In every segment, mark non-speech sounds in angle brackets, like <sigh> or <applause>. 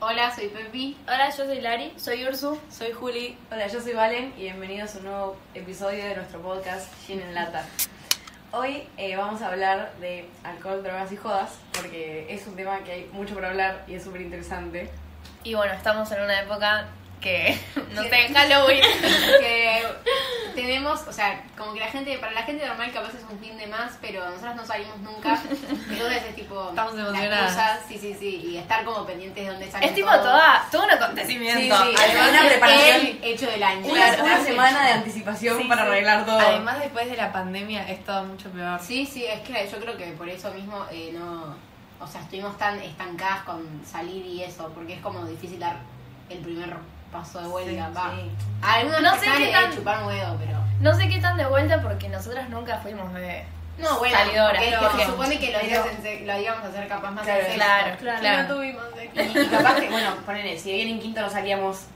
Hola, soy Pepi. Hola, yo soy Lari. Soy Ursu. Soy Juli. Hola, yo soy Valen y bienvenidos a un nuevo episodio de nuestro podcast Gin en Lata. Hoy eh, vamos a hablar de alcohol, drogas y jodas, porque es un tema que hay mucho por hablar y es súper interesante. Y bueno, estamos en una época que <laughs> no sé, Halloween. <laughs> que tenemos, o sea, como que la gente, para la gente normal capaz es un fin de más, pero nosotros no salimos <laughs> nunca. Entonces es tipo Estamos las emocionadas. cosas, sí, sí, sí, y estar como pendientes de dónde salen Es tipo todos. toda, todo un acontecimiento. Sí, sí. Además, Una es preparación. el hecho del año. Una, Claro. una semana de anticipación <laughs> Sí, para sí. arreglar todo. Además, después de la pandemia es todo mucho peor. Sí, sí, es que yo creo que por eso mismo eh, no. O sea, estuvimos tan estancadas con salir y eso, porque es como difícil dar el primer paso de huelga. Sí, va. A algunos No no sé qué tan- chupar un huevo, pero. No sé qué tan de vuelta porque nosotras nunca fuimos bebés. No, bueno, Salidoras, porque es pero- que se supone que lo, pero- íbamos a hacer- lo íbamos a hacer capaz más Claro, en sexto. Claro, Claro. claro. tuvimos Y, y capaz que, bueno, ponele, si bien en quinto no salíamos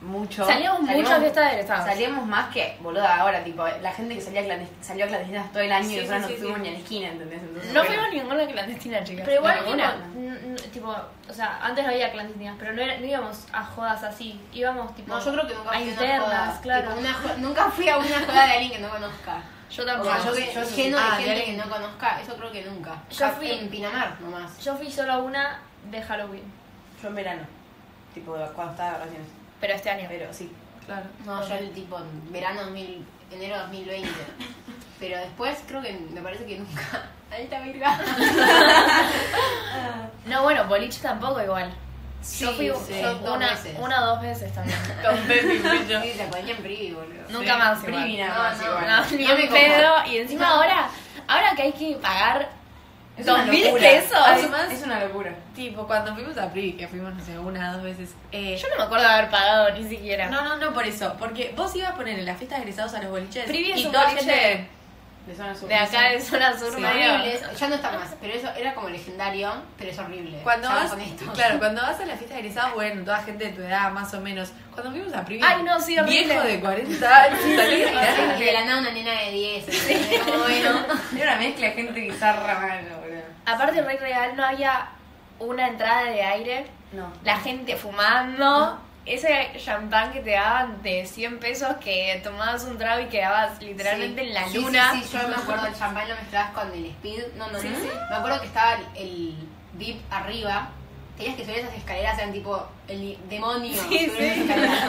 mucho. Salíamos mucho a fiestas del Estado. Salíamos más que, boluda, ahora, tipo, la gente que salía clandest- salió a clandestinas todo el año Sí, y nosotros sí, no sí, estuvimos sí. ni en la esquina, ¿entendés? Entonces, No bueno. fuimos ninguna clandestina, chicas. Pero igual, tipo, ninguna. n- n- tipo, o sea, antes no había clandestinas, pero no, era- no íbamos a jodas así, íbamos tipo No, yo creo que nunca a fui a una internas, joda. claro. Tipo, una jo- nunca fui a una joda de alguien que no conozca. Yo O tampoco. sea, yo, sí, que- yo sí. lleno de Ah, de gente que alguien. no conozca, eso creo que nunca. Yo fui- en Pinamar nomás. Yo fui solo a una de Halloween. Yo en verano, tipo, cuando estaba de vacaciones. Pero este año. Pero sí. Claro. No, yo el tipo en verano 2000, enero 2020. Pero después creo que me parece que nunca. Alta virga. No, bueno, boliche tampoco igual. yo fui sí, yo dos una, veces. una o dos veces <laughs> también. Con Pepe fui yo. Sí, se ponía en privi, boludo. Nunca más igual. Privi nada No, más no, igual. No, ni No me en copa. pedo. Y encima ahora, ahora que hay que pagar Es dos una mil locura. pesos. Además- Es una locura. Tipo, cuando fuimos a Pri, que fuimos, no sé, una dos veces. eh, yo no me acuerdo de haber pagado ni siquiera. No, no, no por eso. Porque vos ibas a poner en las fiestas de egresados a los boliches. Privi es y un toda la boliche gente- De zona sur. de acá de zona sur Sí. medio. Horrible, es- ya no está más, pero eso era como legendario, pero es horrible. Cuando Seamos vas, honestos. claro, cuando vas a la fiesta de egresados, bueno, toda gente de tu edad, más o menos. Cuando fuimos a Privi, Ay, no, sí, horrible. viejo de 40 años, salía a O sea, mirar. de la nada una nena de 10. ¿entendés? Como, bueno. Era una mezcla de gente bizarra, mano, boludo. Aparte, re real, no había una entrada de aire. No. La gente Mm. fumando. Ese champán que te daban de 100 pesos que tomabas un trago y quedabas literalmente Sí. en la Sí, luna. Sí, sí, yo me acuerdo el champán lo mezclabas con el speed. No, no, no. Me acuerdo que estaba el- el VIP arriba. Tenías que subir esas escaleras, eran tipo el demonio. Sí, subir esas escaleras.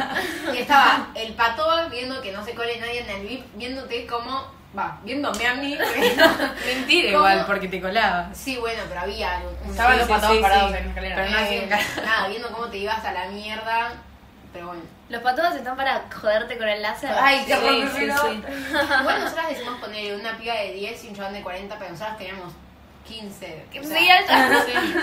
Y estaba el patoa viendo que no se cole nadie en el VIP, viéndote como. Va, viéndome a <laughs> mí. Mentira ¿Cómo? igual, porque te colabas. sí, bueno, pero había un, un Estaban Sí, los sí, patados sí, parados sí. en la escalera. Pero no Eh, <laughs> hacían cara. Nada, viendo cómo te ibas a la mierda. Pero bueno. Los patodos están para joderte con el láser. Ay, qué Sí, horror, sí, no. sí. Igual nosotras decimos poner una piba de 10 y un chabón de 40, pero nosotras teníamos 15. Que o sí, sea, alta.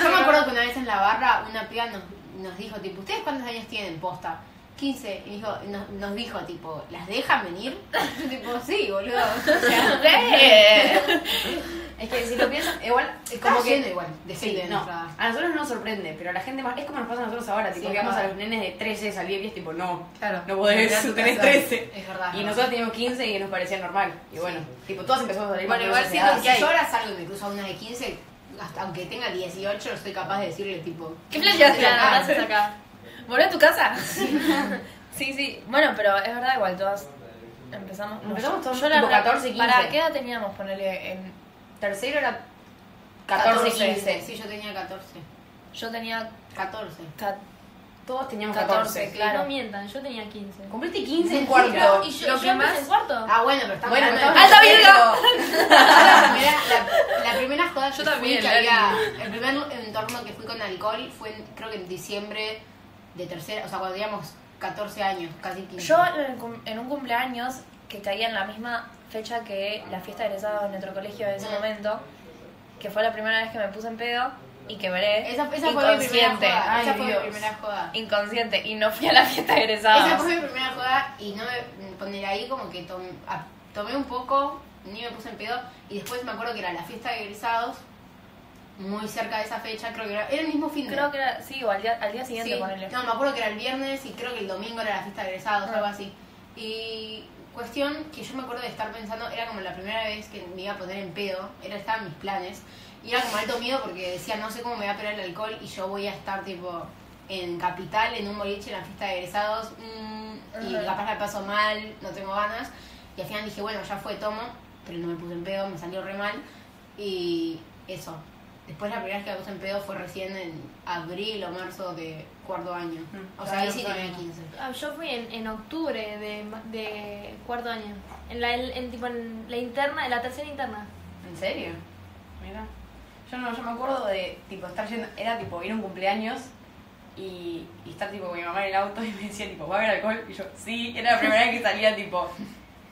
yo <laughs> me acuerdo que una vez en la barra una piba nos, nos dijo, tipo, ¿ustedes cuántos años tienen posta? 15. Y dijo, nos, nos dijo, tipo, ¿las dejan venir? <laughs> Yo, tipo, sí, boludo. O <laughs> sea, Re. Es que si lo piensas, igual, es como como que que. igual, de Sí, gente de no. nuestra- A nosotros nos sorprende, pero a la gente más. Es como nos pasa a nosotros ahora, tipo, Sí, que vamos claro. a los nenes de 13, salir y es tipo, no. Claro. No Mirá podés, tu tenés casa. 13. Es verdad. Y nosotros teníamos 15 y nos parecía normal. Y bueno, tipo, todos empezamos a salir Bueno, con igual esas siento edades. Si yo ahora salgo y me cruzo a una de 15, hasta aunque tenga 18, yo soy capaz de decirle, tipo, ¿Qué planteaste? "Te acá". Claro, haces acá? ¿Volvé a <laughs> tu casa? Sí, sí. Bueno, pero es verdad, igual todas empezamos. Empezamos todos yo la tipo re- 14, 15. ¿Para qué edad teníamos? Ponerle en. Ah, Tercero era 14, 15. Sí, yo tenía 14. Yo tenía 14. ca- Todos teníamos 14, 14. Que claro. no mientan, yo tenía 15. Cumpliste 15 en Sí, pero- cuarto. ¿Y yo, Lo yo que empecé más- en cuarto? Ah, bueno, pero estamos Bueno, hablando de- ¡Alta estamos- virga! la, primera, la, la primera joda que Yo fui también, que Lali. había, el primer entorno que fui con alcohol fue en- creo que en diciembre de tercera, o sea, cuando teníamos 14 años, casi 15. Yo en, cum- en un cumpleaños que caía en la misma fecha que la fiesta de egresados de nuestro colegio en ese Mm. momento, que fue la primera vez que me puse en pedo y quebré esa, esa fue mi primera inconsciente. joda. Ay, esa fue Dios. mi primera joda. Inconsciente y no fui a la fiesta de Esa egresados. fue mi primera joda y no me poner ahí como que tom- a- tomé un poco, ni me puse en pedo. Y después me acuerdo que era la fiesta de egresados, muy cerca de esa fecha, creo que era, era el mismo fin de Creo que era, sí, o al día, al día siguiente Sí, ponele. No, me acuerdo que era el viernes y creo que el domingo era la fiesta de egresados, Ah. algo así. Y cuestión que yo me acuerdo de estar pensando, era como la primera vez que me iba a poner en pedo, era, estaban mis planes. Y era como alto miedo porque decía, no sé cómo me va a pegar el alcohol y yo voy a estar tipo en Capital, en un boliche, en la fiesta de egresados, mm, y Ajá. capaz la paso mal, no tengo ganas. Y al final dije, bueno, ya fue, tomo, pero no me puse en pedo, me salió re mal. Y eso. Después la primera vez que me puse en pedo fue recién en abril o marzo de cuarto año. Mm, O sea, ahí claro, sí claro. tenía 15. Ah, Yo fui en, en octubre de, ma- de cuarto año. En la, en, tipo, en la interna, en la tercera interna. ¿En serio? Mira. Yo no, yo me acuerdo de tipo estar yendo, era tipo ir a un cumpleaños y, y estar tipo con mi mamá en el auto y me decía tipo, ¿va a haber alcohol? Y yo, sí, era la primera vez que <laughs> salía tipo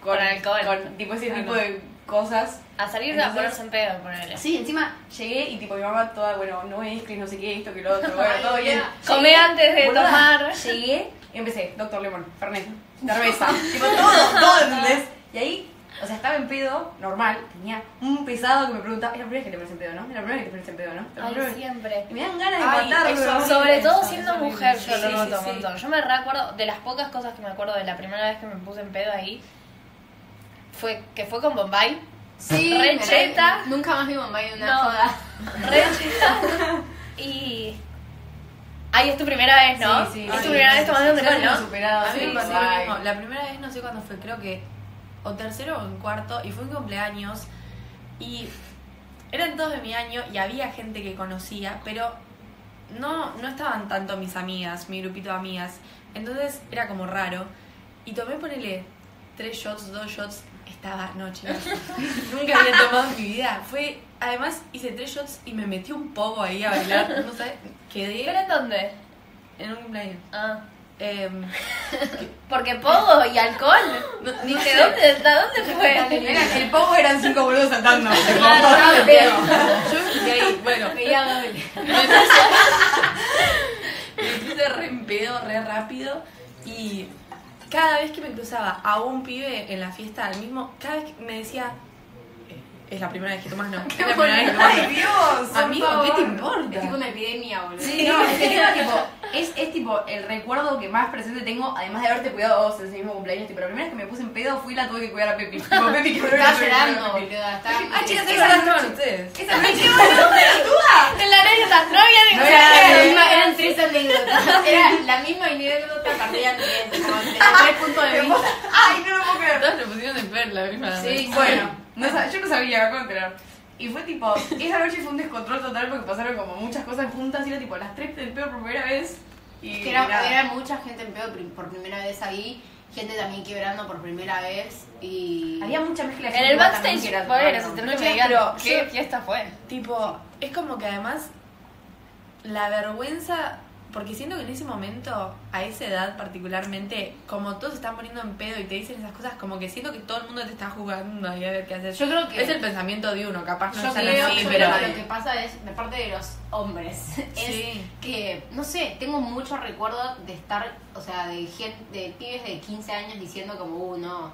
Con alcohol. Con tipo ese Claro. tipo de cosas. A salir a Entonces- ponerse en pedo, ponele. Sí, encima llegué y tipo mi mamá toda, bueno, no es que no sé qué, esto que lo <laughs> otro, bueno, Ay, todo bien. boluda. Comé antes de Boluda, tomar. Llegué y empecé, Doctor Lemon, Fernet, cerveza, tipo todo, todo, ¿entendés? Y ahí, o sea, estaba en pedo, normal, tenía un pesado que me preguntaba, es la primera vez que te pones en pedo, ¿no? Es la primera vez que te pones en pedo, ¿no? Es la Ay, primera vez". siempre. Y me dan ganas de Ay, matarlo. eso, Sobre todo Eso, siendo eso mismo. mujer, yo Sí, lo sí, noto sí. un montón. Yo me recuerdo, de las pocas cosas que me acuerdo de la primera vez que me puse en pedo ahí, fue que fue con Bombay. Sí, Re me- cheta. Nunca más vi Bombay en una No. joda. Re y. Ay, es tu primera vez, ¿no? Sí, sí, es tu sí, primera sí, vez tomando sí, alcohol, ya lo ¿no? superado, A Ah, mí sí, me pasó lo bye. mismo. La primera vez, no sé cuándo fue, creo que o tercero o en cuarto, y fue un cumpleaños. Y eran todos de mi año y había gente que conocía, pero no, no estaban tanto mis amigas, mi grupito de amigas. Entonces era como raro. Y tomé, ponele, tres shots, dos shots. Estaba, <laughs> no, chicas. Nunca había tomado en mi vida. Fue, además, hice tres shots y me metí un poco ahí a bailar. No sabes, ¿Pero quedé en dónde? en un cumpleaños. Ah. Em, Porque pogo y alcohol. no- no Dije, sé. ¿dónde, ¿hasta dónde fue? Era- el pogo eran cinco boludos saltando. Claro, no, pero. <laughs> Yo de ahí, bueno, eh, Veía doble. me puse re en pedo, re rápido y cada vez que me cruzaba a un pibe en la fiesta al mismo, cada vez que me decía, "Eh, es la primera vez que tomas, no, es la primera vez que tomás Ay, Dios. no". Amigo, por ¿qué te favor. Es tipo importa? una epidemia, boludo. Sí, no, es, que encima, tipo, es, es tipo el recuerdo que más presente tengo, además de haberte cuidado vos en ese mismo cumpleaños. Tipo, la primera vez que me puse en pedo fui y la tuve que cuidar a Pepi. Tipo, Pepi que Estaba llorando, boludo. Pepi. Estaba. Ah, chicas, esa Esas las era la toman noche. ustedes. Esa noche, boludo, me la tuve. En la anécdota, no había No ninguna. era- Era la misma- eran tres anécdotas. Era la misma anécdota partida en tres, como de tres puntos de vista. Ay, no lo puedo creer. Todas lo pusieron en ver la misma Sí, sí. Bueno, no sab- yo no sabía, me acabo de enterar. Y fue tipo, esa noche fue un descontrol total porque pasaron como muchas cosas juntas y era tipo las tres del peor por primera vez. Y Es que era, nada. era mucha gente en pedo prim- por primera vez ahí, gente también quebrando por primera vez y. Había mucha mezcla de En el gente igual también backstage, que era pobre, random. los No, estrellas chicas, me digan, pero ¿qué yo- fiesta fue? Tipo, es como que además la vergüenza, porque siento que en ese momento, a esa edad particularmente, como todos se están poniendo en pedo y te dicen esas cosas, como que siento que todo el mundo te está jugando y a ver qué hacer. Yo creo que. es el pensamiento de uno, capaz no yo sean creo, así, yo pero... creo que lo que pasa es, de parte de los hombres, <laughs> es Sí. que, no sé, tengo mucho recuerdo de estar, o sea, de gente, de pibes de 15 años diciendo como, uh, no,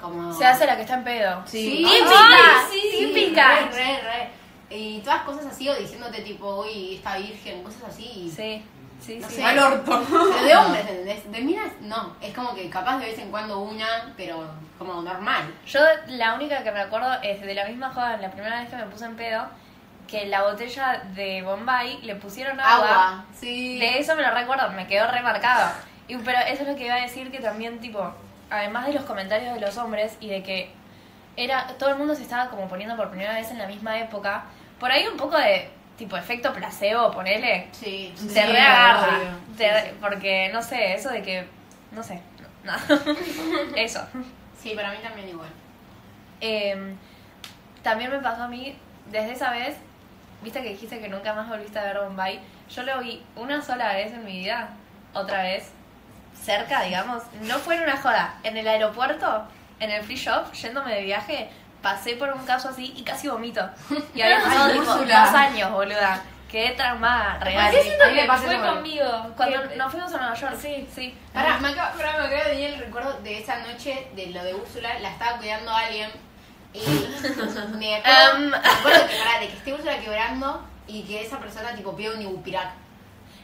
como... Se hace la que está en pedo. Sí, Típica, sí, típica. Re, re, re. Y todas cosas así, o diciéndote tipo, uy, esta virgen, cosas así. y- Sí, sí, No sí. sé. Mal orto. Pero <laughs> de hombres, ¿entendés? De minas, no. Es como que capaz de vez en cuando una, pero como normal. Yo la única que me acuerdo es de la misma joda, la primera vez que me puse en pedo, que la botella de Bombay le pusieron agua. Agua. Sí. De eso me lo recuerdo, me quedó remarcado. Y, pero eso es lo que iba a decir que también, tipo, además de los comentarios de los hombres y de que era todo el mundo se estaba como poniendo por primera vez en la misma época, por ahí un poco de, tipo, efecto placebo, ponele. Sí. Te Sí, reagarra. obvio. Te- Porque, no sé, eso de que. No sé. No. <laughs> eso. Sí, para mí también igual. Eh, también me pasó a mí, desde esa vez, viste que dijiste que nunca más volviste a ver Bombay. Yo lo vi una sola vez en mi vida, otra vez, cerca, digamos. No fue en una joda. En el aeropuerto, en el free shop, yéndome de viaje, pasé por un caso así y casi vomito. Y había pasado Ay, tipo, dos Úrsula. años, boluda. Quedé traumada, real. Ay, Siento a mí me que pasa fue igual. conmigo. Cuando que- eh, nos fuimos a Nueva York, sí, sí. Ahora, me acabo, pará, me acabo de venir el recuerdo de esa noche de lo de Úrsula, la estaba cuidando alguien y <laughs> me acuerdo, Um. me acuerdo que, pará, de que esté Úrsula quebrando y que esa persona tipo pide un ibupirac.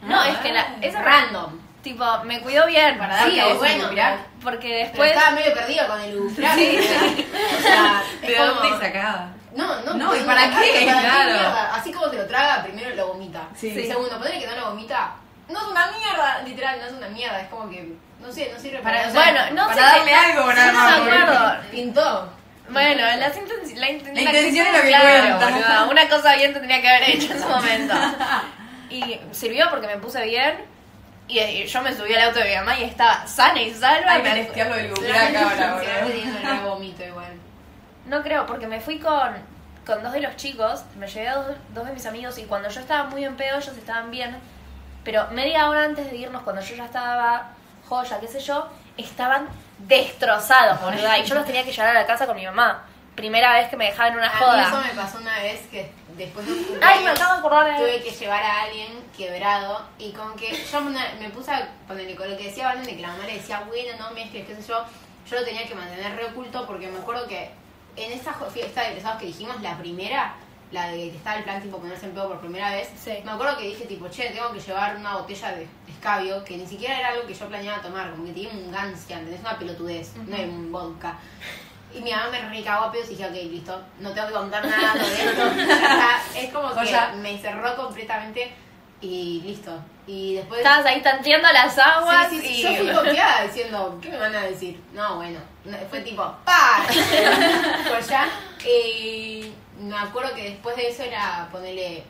No, es que la, esa Random. tipo, me cuidó bien. Para Sí, darte a vos bueno. un mirar. Porque Pero después. estaba medio perdido con el ibupirac. O <laughs> sea, es ¿De como- dónde sacaba? No, no. No, ¿y no, para no, qué? para Claro. mierda. Así como te lo traga, primero lo vomita. Sí. Y Segundo, ponele que no lo vomita, No es una mierda, literal, no es una mierda, es como que, no sé, no sirve para... o sea, bueno, no para sé. darle algo, nada no más, me acuerdo. Pintó. Bueno, las inten- la, inten- La intención es lo que claro, cuenta. boluda, Una cosa bien tendría que haber hecho en su momento. <laughs> Y sirvió porque me puse bien. Y, y yo me subí al auto de mi mamá y estaba sana y salva. Hay y que me- testearlo del Pero Google ahora, <laughs> sí, boludo. sí, sí, no, no, vomito igual. No creo, porque me fui con, con dos de los chicos, me llevé a dos, dos de mis amigos y cuando yo estaba muy en pedo, ellos estaban bien. Pero media hora antes de irnos, cuando yo ya estaba joya, qué sé yo, estaban destrozados, boluda. Y yo los tenía que llevar a la casa con mi mamá. Primera vez que me dejaban en una A mí joda. eso me pasó una vez que después de un Ay, me cumpleaños acabo de acordar de tuve que llevar a alguien quebrado y con que yo una- me puse a ponerle con lo que decía Valen de que la mamá le decía, bueno, no mezcles, qué sé yo, yo lo tenía que mantener re oculto porque me acuerdo que en esa jo- fiesta de egresados que dijimos, la primera, la de que estaba el plan tipo ponerse en pedo por primera vez, Sí. me acuerdo que dije tipo, che, tengo que llevar una botella de escabio que ni siquiera era algo que yo planeaba tomar, como que tenía un gancia, tenés una pelotudez, no era un vodka. Y mi mamá me recagó a pedos y dije, ok, listo, no tengo que contar nada de esto. <laughs> Ya está. es como que O sea- me cerró completamente y listo. Y después... Ah, Estabas ahí tanteando las aguas Sí, sí, sí, y... Yo fui bloqueada diciendo, ¿qué me van a decir? No, bueno. No, Fue tipo, ¡pa! Por allá. Y me acuerdo que después de eso era ponerle,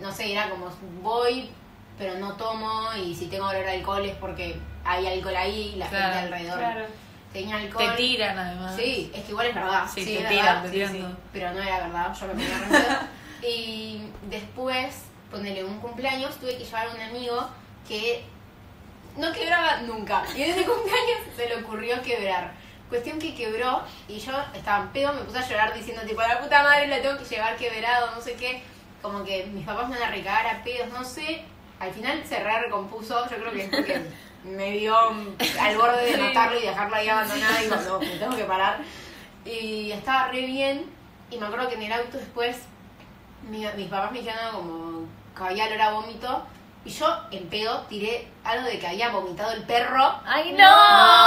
no sé, era como, voy, pero no tomo, y si tengo olor a alcohol es porque hay alcohol ahí, la gente Claro, alrededor Claro. tenía alcohol. Te tiran además. Sí, es que igual es verdad. Sí, Sí, te es tiran, verdad, te sí, tiran sí. todo. Pero no era verdad, yo me <laughs> ponía re pedo. Y después, ponerle un cumpleaños, tuve que llevar a un amigo que no quebraba nunca. Y en ese <laughs> cumpleaños se le ocurrió quebrar. Cuestión que quebró y yo estaba en pedo, me puse a llorar diciendo tipo, la puta madre la tengo que llevar quebrado, no sé qué. Como que mis papás me van a recagar a pedos, no sé. Al final se re recompuso, yo creo que es <laughs> porque me vio al borde de matarlo y dejarlo ahí abandonado y digo, no, me tengo que parar. Y estaba re bien y me acuerdo que en el auto después mi- mis papás me dijeron algo como que había olor a vómito y yo en pedo tiré algo de que había vomitado el perro ¡Ay, no!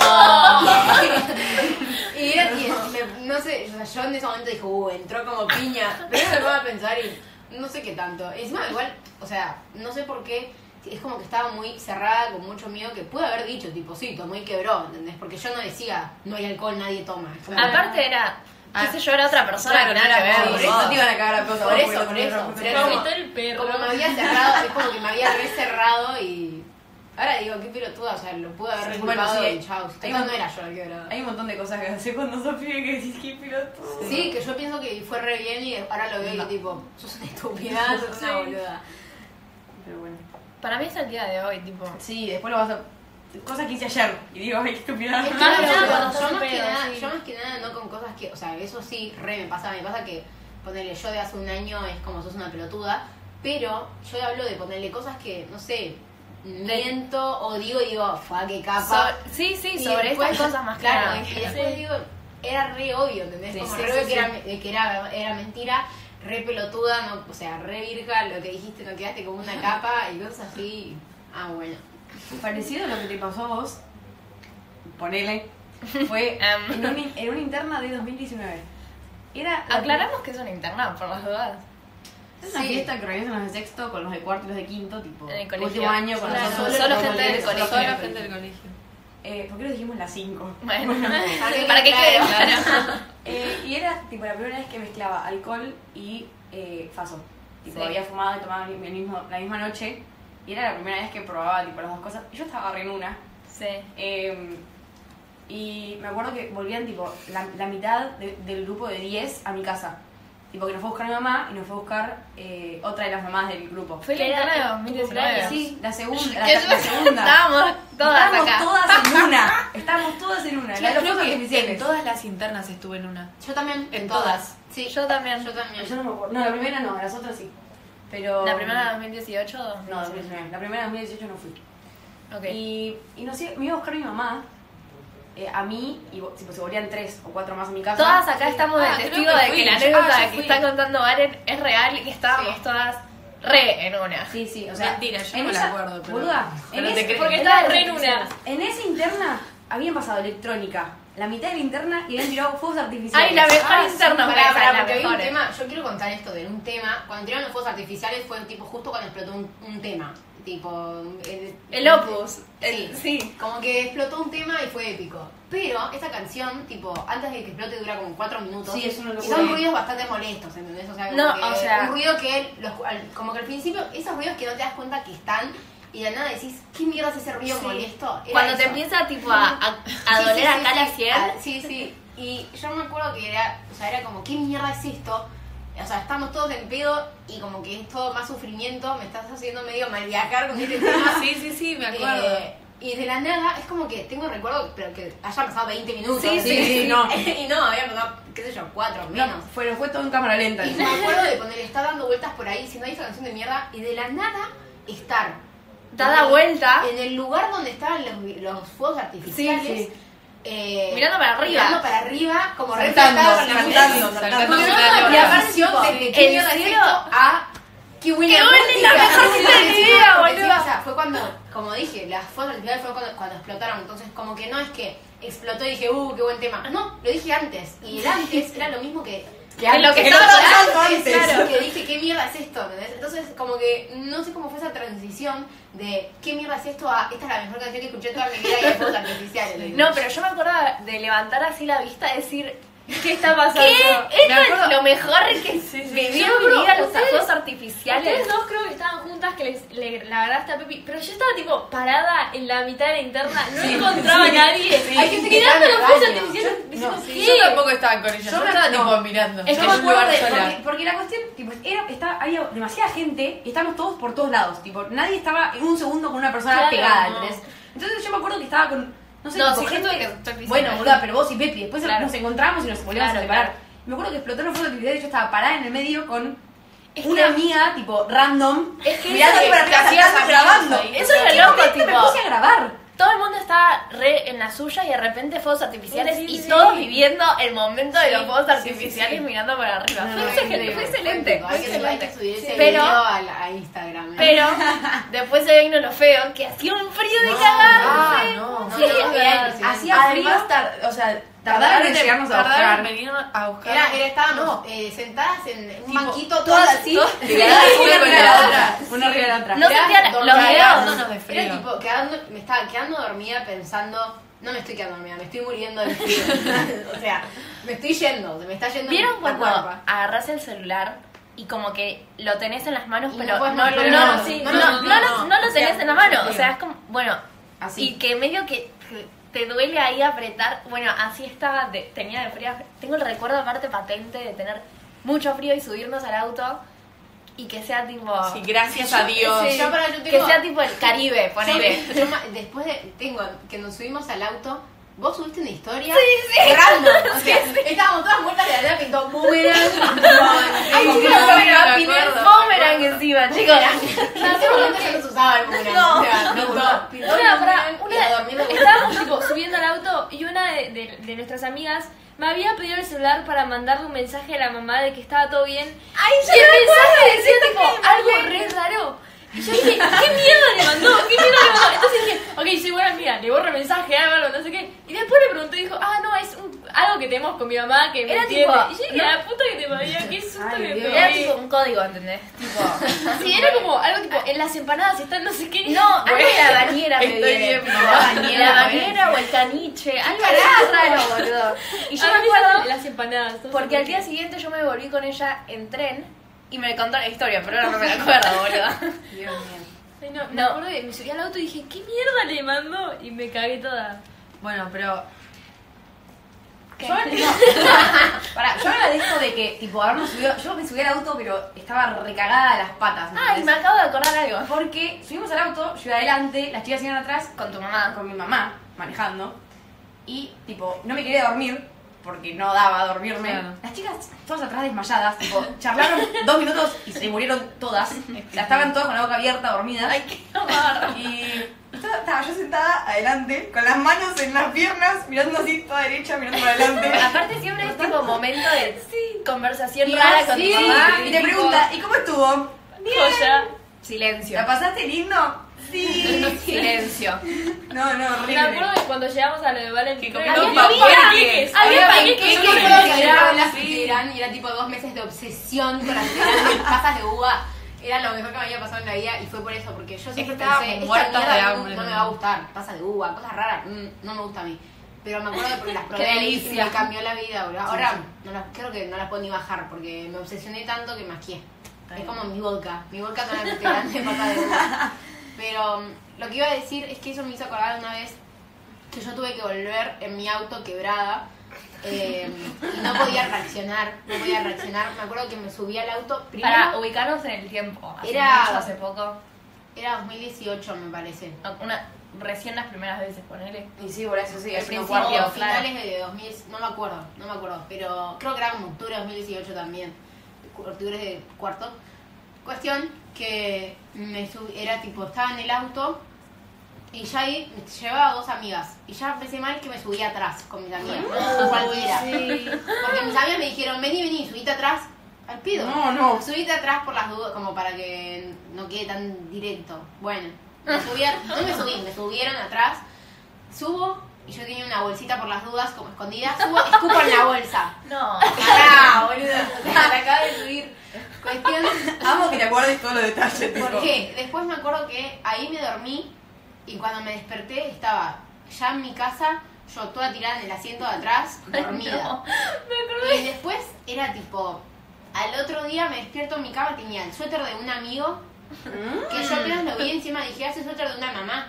<laughs> y, era- y me- no sé, o sea, yo en ese momento dije, uh, entró como piña. Pero me pongo a pensar y no sé qué tanto. Encima, igual, o sea, no sé por qué. Es como que estaba muy cerrada, con mucho miedo, que pude haber dicho, tipo, sí, tomó y quebró, ¿entendés? Porque yo no decía, no hay alcohol, nadie toma. Es como- Aparte era... Qué sé yo, era otra persona Ah, Claro, que nada no era que ver. vos, Por boludo. eso te iban a cagar a pedos. Por ahora, eso, porque por eso, no tenés pero razón. como- Vomitó el perro. Como me había cerrado, es como que me había recerrado y. Ahora digo, qué pelotuda, o sea, lo pude haber Sí, reculpado bueno, sí, y chao. hay Total, un- no era yo la quebrada. Hay un montón de cosas que hace cuando sos pibe que decís que piloto. Sí, que yo pienso que fue re bien y ahora lo veo y tipo, sos una estúpida, sos una boluda. Pero bueno. Para mí es el día de hoy, tipo... Sí, después lo vas a. Cosas que hice ayer. Y digo, ay, qué estupidez. Es que Más no, nada yo- cuando yo, sos más que pedo, nada, sí. yo más que nada no con cosas que, o sea, eso sí, re me pasa, me pasa que ponerle yo de hace un año es como sos una pelotuda, pero yo hablo de ponerle cosas que, no sé, miento o digo, digo, fa, qué capa. So- sí, sí, Ah, Y sobre después- estas cosas más claro. claras. Y después Sí. digo, era re obvio, ¿entendés? Sí, Como sí, re sí, obvio que, sí. era, eh, que era, era mentira, re pelotuda, no, o sea, re virga, lo que dijiste, no quedaste como una capa y cosas así. Ah, bueno. Parecido a lo que te pasó a vos, ponele, fue <laughs> Em. en, un- en una interna de 2019. Era la- Aclaramos que es una interna, por las dudas. Es una Sí. fiesta que organizan los de sexto con los de cuarto y los de quinto, tipo. En el Último colegio. año con Claro, nosotros. solo los gente del colegios, colegio. solo Toda la gente gente del del colegio. colegio. Eh, ¿Por qué lo dijimos las 5? Bueno. ¿Para ¿Para qué qué quede quede Eh, y era tipo la primera vez que mezclaba alcohol y eh, faso. Tipo, Sí. había fumado y tomado el mismo, la misma noche. Y era la primera vez que probaba tipo las dos cosas. Y yo estaba re en una. Sí. Eh, y me acuerdo que volvían tipo la, la mitad de- del grupo de 10 a mi casa. Tipo que nos fue a buscar mi mamá y nos fue a buscar eh, otra de las mamás del grupo. Fue la interna de 2019. Sí, la segunda. La, Que la <laughs> segunda. Estábamos todas Estábamos acá. <laughs> todas en una. Estábamos todas en una. Yo Las creo dos que en artificiales. todas las internas estuve en una. Yo también. En todas. Sí, yo, Yo también. también. Yo no me acuerdo. No, la primera no, las otras sí. Pero. La primera de 2018 o No, 2019. La primera de 2018 no fui. Ok. Y, y no sé, me iba a buscar mi mamá, eh, a mí, y vo- tipo, se volvían tres o cuatro más a mi casa. Todas acá estamos de Ah, creo testigo que de fui. que la Ah, yo anécdota que fui. está contando Aren es real y estábamos Sí. todas re en una. Sí, sí, o sea. Mentira, yo en no me la esa- acuerdo, pero- Boluda, pero en te esa- creo. Porque en estaba la- re en una. En esa interna habían pasado electrónica, la mitad de la interna y habían tirado fuegos artificiales. Ay, la mejor Ah, sí, interna pará, fue esa, pará, la porque había un mejor. tema, yo quiero contar esto de un tema, cuando tiraron los fuegos artificiales fue tipo justo cuando explotó un, un tema, tipo el, El Opus. el- El, sí. Como que explotó un tema y fue épico. Pero esta canción, tipo, antes de que explote dura como 4 minutos. Sí, es una y locura. son ruidos bastante molestos, ¿entendés? O sea, como No, que o sea- un ruido que los- al- como que al principio esos ruidos que no te das cuenta que están y de la nada decís, ¿qué mierda es ese ruido Sí. molesto? Era Cuando te eso. empieza tipo a, a, a Sí, sí, doler sí, acá la sí. sien. Ah, Sí, sí. Y yo me acuerdo que era, o sea, era como, ¿qué mierda es esto? O sea, estamos todos en pedo y como que es todo más sufrimiento, me estás haciendo medio maniacar con este tema. <laughs> Sí, sí, sí, me acuerdo. Eh, y de la nada, es como que tengo recuerdo, pero que hayan pasado 20 minutos. Sí, sí, <laughs> ¿entendés? sí, no. y no, había pasado, qué sé yo, 4 menos. Pero fue todo en cámara lenta. Y me acuerdo de cuando le está dando vueltas por ahí, diciendo, hay esta canción de mierda, y de la nada estar Dada vuelta. en el lugar donde estaban los, los fuegos artificiales. Sí, sí. eh, Mirando para arriba. Mirando para arriba, como Saltando, reflejado con la saltando, música. saltando, Porque saltando. no, Y La aparte, versión tipo, de pequeño ¿en de serio? esto a que huele ¡Qué a buena! música. La mejor Encima, idea, encima, porque boludo. encima, o sea, fue cuando, como dije, las fotos artificiales fue cuando, cuando explotaron. Entonces, como que no es que explotó y dije, uh, qué buen tema. No, lo dije antes. Y el antes era lo mismo que En lo que que estaba no pasando tanto es antes. Claro, que dije, ¿qué mierda es esto? ¿entendés? Entonces, como que no sé cómo fue esa transición de ¿qué mierda es esto? a esta es la mejor canción que escuché toda mi vida y es voz artificial. ¿entendés? No, pero yo me acuerdo de levantar así la vista y decir, ¿qué está pasando? ¿Qué? Me Esto es acuerdo- lo mejor que vivió Yo, mi bro, vida los ustedes- fuegos Ustedes artificiales. dos creo que estaban juntas que les, le, la agarraste a Pepi, pero yo estaba tipo parada en la mitad de la interna, no encontraba a nadie. Hay gente que estaba mirando en el los fuegos baño. artificiales diciendo, no, ¿qué? Yo tampoco estaba con ella, Yo yo, me- estaba no. tipo mirando. Es que Yo me yo me acuerdo de- sola. porque, porque la cuestión, tipo, era, estaba, había demasiada gente y estábamos todos por todos lados. Tipo, nadie estaba en un segundo con una persona Claro, pegada, no. ¿entendés? Entonces yo me acuerdo que estaba con, no sé, No, tipo, sí, gente yo tuve que- que- estoy física. Bueno, boluda, pero vos y Pepi, después Claro. nos encontramos y nos volvemos Claro, a separar. claro. Me acuerdo que explotó los fuegos artificiales y yo estaba parada en el medio con Es una que- amiga, tipo, random, Es que mirando eso para es que atrás, hacías atrás, amigos grabando. ahí. Eso es lo Y loco, de repente tipo- me puse a grabar. Todo el mundo estaba re en la suya y de repente fuegos artificiales Sí, y sí. todos viviendo el momento de los Sí, fuegos sí, artificiales sí, sí. mirando para arriba. No, fue, no, excelente, no, fue no, excelente, no, fue Hay que, hay que excelente. subir ese Pero- video a, la- a Instagram. ¿eh? Pero después se vino lo feo, que hacía un frío de No, cagar. ah, no, <laughs> no, sí, no, no, bien. no, no, Hacía frío. Además, tar- o sea, Tardaron en llegarnos a tardaron en buscar. venir a buscar. Era, era- estábamos eh, sentadas en un Tipo, banquito, todas todas- así. <laughs> todas Pegadas <laughs> una arriba de la otra. Una Una con la arriba de la otra. No sentía la- los dedos. cagándonos de frío. Era tipo, quedando, me estaba quedando dormida pensando, no me estoy quedando dormida, me estoy muriendo de frío. <laughs> o sea, me estoy yendo, se me está yendo ¿Vieron la cuando cuerpa. agarras el celular y como que lo tenés en las manos, Y pero no no, puedes no, moverlo, no, no, sí, no, no, no, no, no, lo- no. no lo O sea, tenés en la mano? sí. O sea, es como, bueno, Así. y que medio que que te duele ahí apretar. Bueno, así estaba, de- tenía de frío. Tengo el recuerdo aparte patente de tener mucho frío y subirnos al auto y que sea tipo... Sí, gracias a Dios. Sí, yo, para, yo que tengo- sea tipo el Caribe, ponele. Yo- yo ma- después de, tengo que nos subimos al auto, vos subiste una historia sí, sí. random. <laughs> O sea, estábamos todas muertas de la nada, pintó boomerang. Ay, Ay, chicos, boomerang, me Pines acuerdo, Pomerang encima, chicos. En ese momento ya no se usaba el boomerang. No. o sea, pintó- pintó Una, boomerang pará, y una- a dormir de vuelta. estábamos tipo subiendo al auto y una de, de- de nuestras amigas me había pedido el celular para mandarle un mensaje a la mamá de que estaba todo bien. Ay, y el mensaje decía tipo algo re raro. Y yo dije, ¿qué miedo le mandó? ¿Qué miedo le mandó? Entonces dije, ok, soy buena amiga, le borro el mensaje, hago algo, no sé qué. Y después le pregunté y dijo, ah, no, es un- algo que tenemos con mi mamá que me Era entiende. tipo, y yo dije, la puta que te parió, qué susto Ay, que Dios. me Era di. tipo un código, ¿entendés? Tipo, Sí, era como algo tipo, en las empanadas están no sé qué. no, algo de la bañera me Estoy viene. bien, La bañera, la bañera o el caniche, algo así raro, boludo. Y yo me acuerdo las empanadas. Porque al día siguiente yo me volví con ella en tren y me contó la historia, pero ahora no me <laughs> la acuerdo, boludo. Ay, no, me No. acuerdo que me subí al auto y dije, ¿qué mierda le mando? Y me cagué toda. Bueno, pero Yo, no, <laughs> Pará, yo agradezco de que, tipo, habernos subido. Yo me subí al auto, pero estaba recagada de las patas. Ay, ¿entendés? me acabo de acordar algo. Porque subimos al auto, yo iba adelante, las chicas iban atrás, Con tu mamá. con mi mamá, manejando. Y, tipo, no me quería dormir, porque no daba a dormirme. Claro. Las chicas, todas atrás desmayadas, tipo, charlaron <laughs> dos minutos y se murieron todas. O sea, estaban todas con la boca abierta, dormidas. Y estaba, estaba yo sentada adelante, con las manos en las piernas, mirando así, toda derecha, mirando para adelante. Aparte siempre es tipo momento de conversación Y rara vas, con Ah, sí, tu mamá. Y te pregunta, ¿y cómo estuvo? Joya. Silencio. ¿La pasaste lindo? Sí. <laughs> Silencio. No, No, no, Me horrible. acuerdo que cuando llegamos a lo de Valentín, Que comimos había papas. panqueques. Había Había panqueques. Yo Yo me creo acuerdo que que era era las así. de Irán y era tipo dos meses de obsesión con las de pasas de uva. Era lo mejor que me había pasado en la vida y fue por eso, porque yo siempre Estaba pensé, Este, muerta esta mierda de no- hambre, no me ¿no? va a gustar, pasas de uva, cosas raras, mm, no me gusta a mí. Pero me acuerdo que <laughs> porque las probé y delicia. me cambió la vida, boludo. Ahora no las, creo que no las puedo ni bajar porque me obsesioné tanto que me asqué. Es como mi vodka, mi vodka con la integrante de pasas de <laughs> uva. Pero mm, lo que iba a decir es que eso me hizo acordar una vez que yo tuve que volver en mi auto quebrada eh, y no podía reaccionar, no podía reaccionar. Me acuerdo que me subí al auto, primero Para ubicarnos en el tiempo. Hace Era- mucho, hace poco. era 2018 me parece. Una, recién las primeras veces, ponele. Y sí, por eso sí, Al es un O principio. cuarto. claro. finales de 2000, no me acuerdo, no me acuerdo, pero creo que era como octubre de 2018 también, cu- octubre de cuarto. Cuestión que me sub- era tipo, estaba en el auto y ya ahí llevaba dos amigas y ya empecé mal que me subí atrás con mis amigas, no cualquiera. Porque mis amigas me dijeron, vení, vení, subite atrás, al pido. No, no. Subite atrás por las dudas, como para que no quede tan directo. Bueno, me subieron, no me subí, me subieron atrás. Subo y yo tenía una bolsita por las dudas, como escondida. Subo, escupo en la bolsa. No. Pará, boludo. La acabo de subir. Cuestión. Amo que te acuerdes todos los detalles. tipo. ¿Por qué? Después me acuerdo que ahí me dormí y cuando me desperté estaba ya en mi casa, yo toda tirada en el asiento de atrás, dormida. Y después era tipo, al otro día me despierto en mi cama, tenía el suéter de un amigo, que yo apenas lo vi encima dije, hace suéter de una mamá.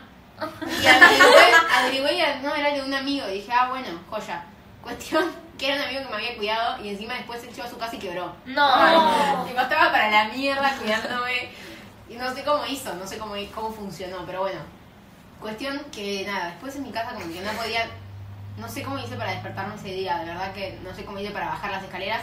Y averigüé, averigüé y no, era el de un amigo. Y dije, ah, bueno, joya. Cuestión que era un amigo que me había cuidado y encima después él llegó a su casa y quebró. No. Tipo, estaba para la mierda cuidándome. Y no sé cómo hizo, no sé cómo, cómo funcionó, pero bueno. Cuestión que nada, después en mi casa como que no podía, no sé cómo hice para despertarme ese día, de verdad que no sé cómo hice para bajar las escaleras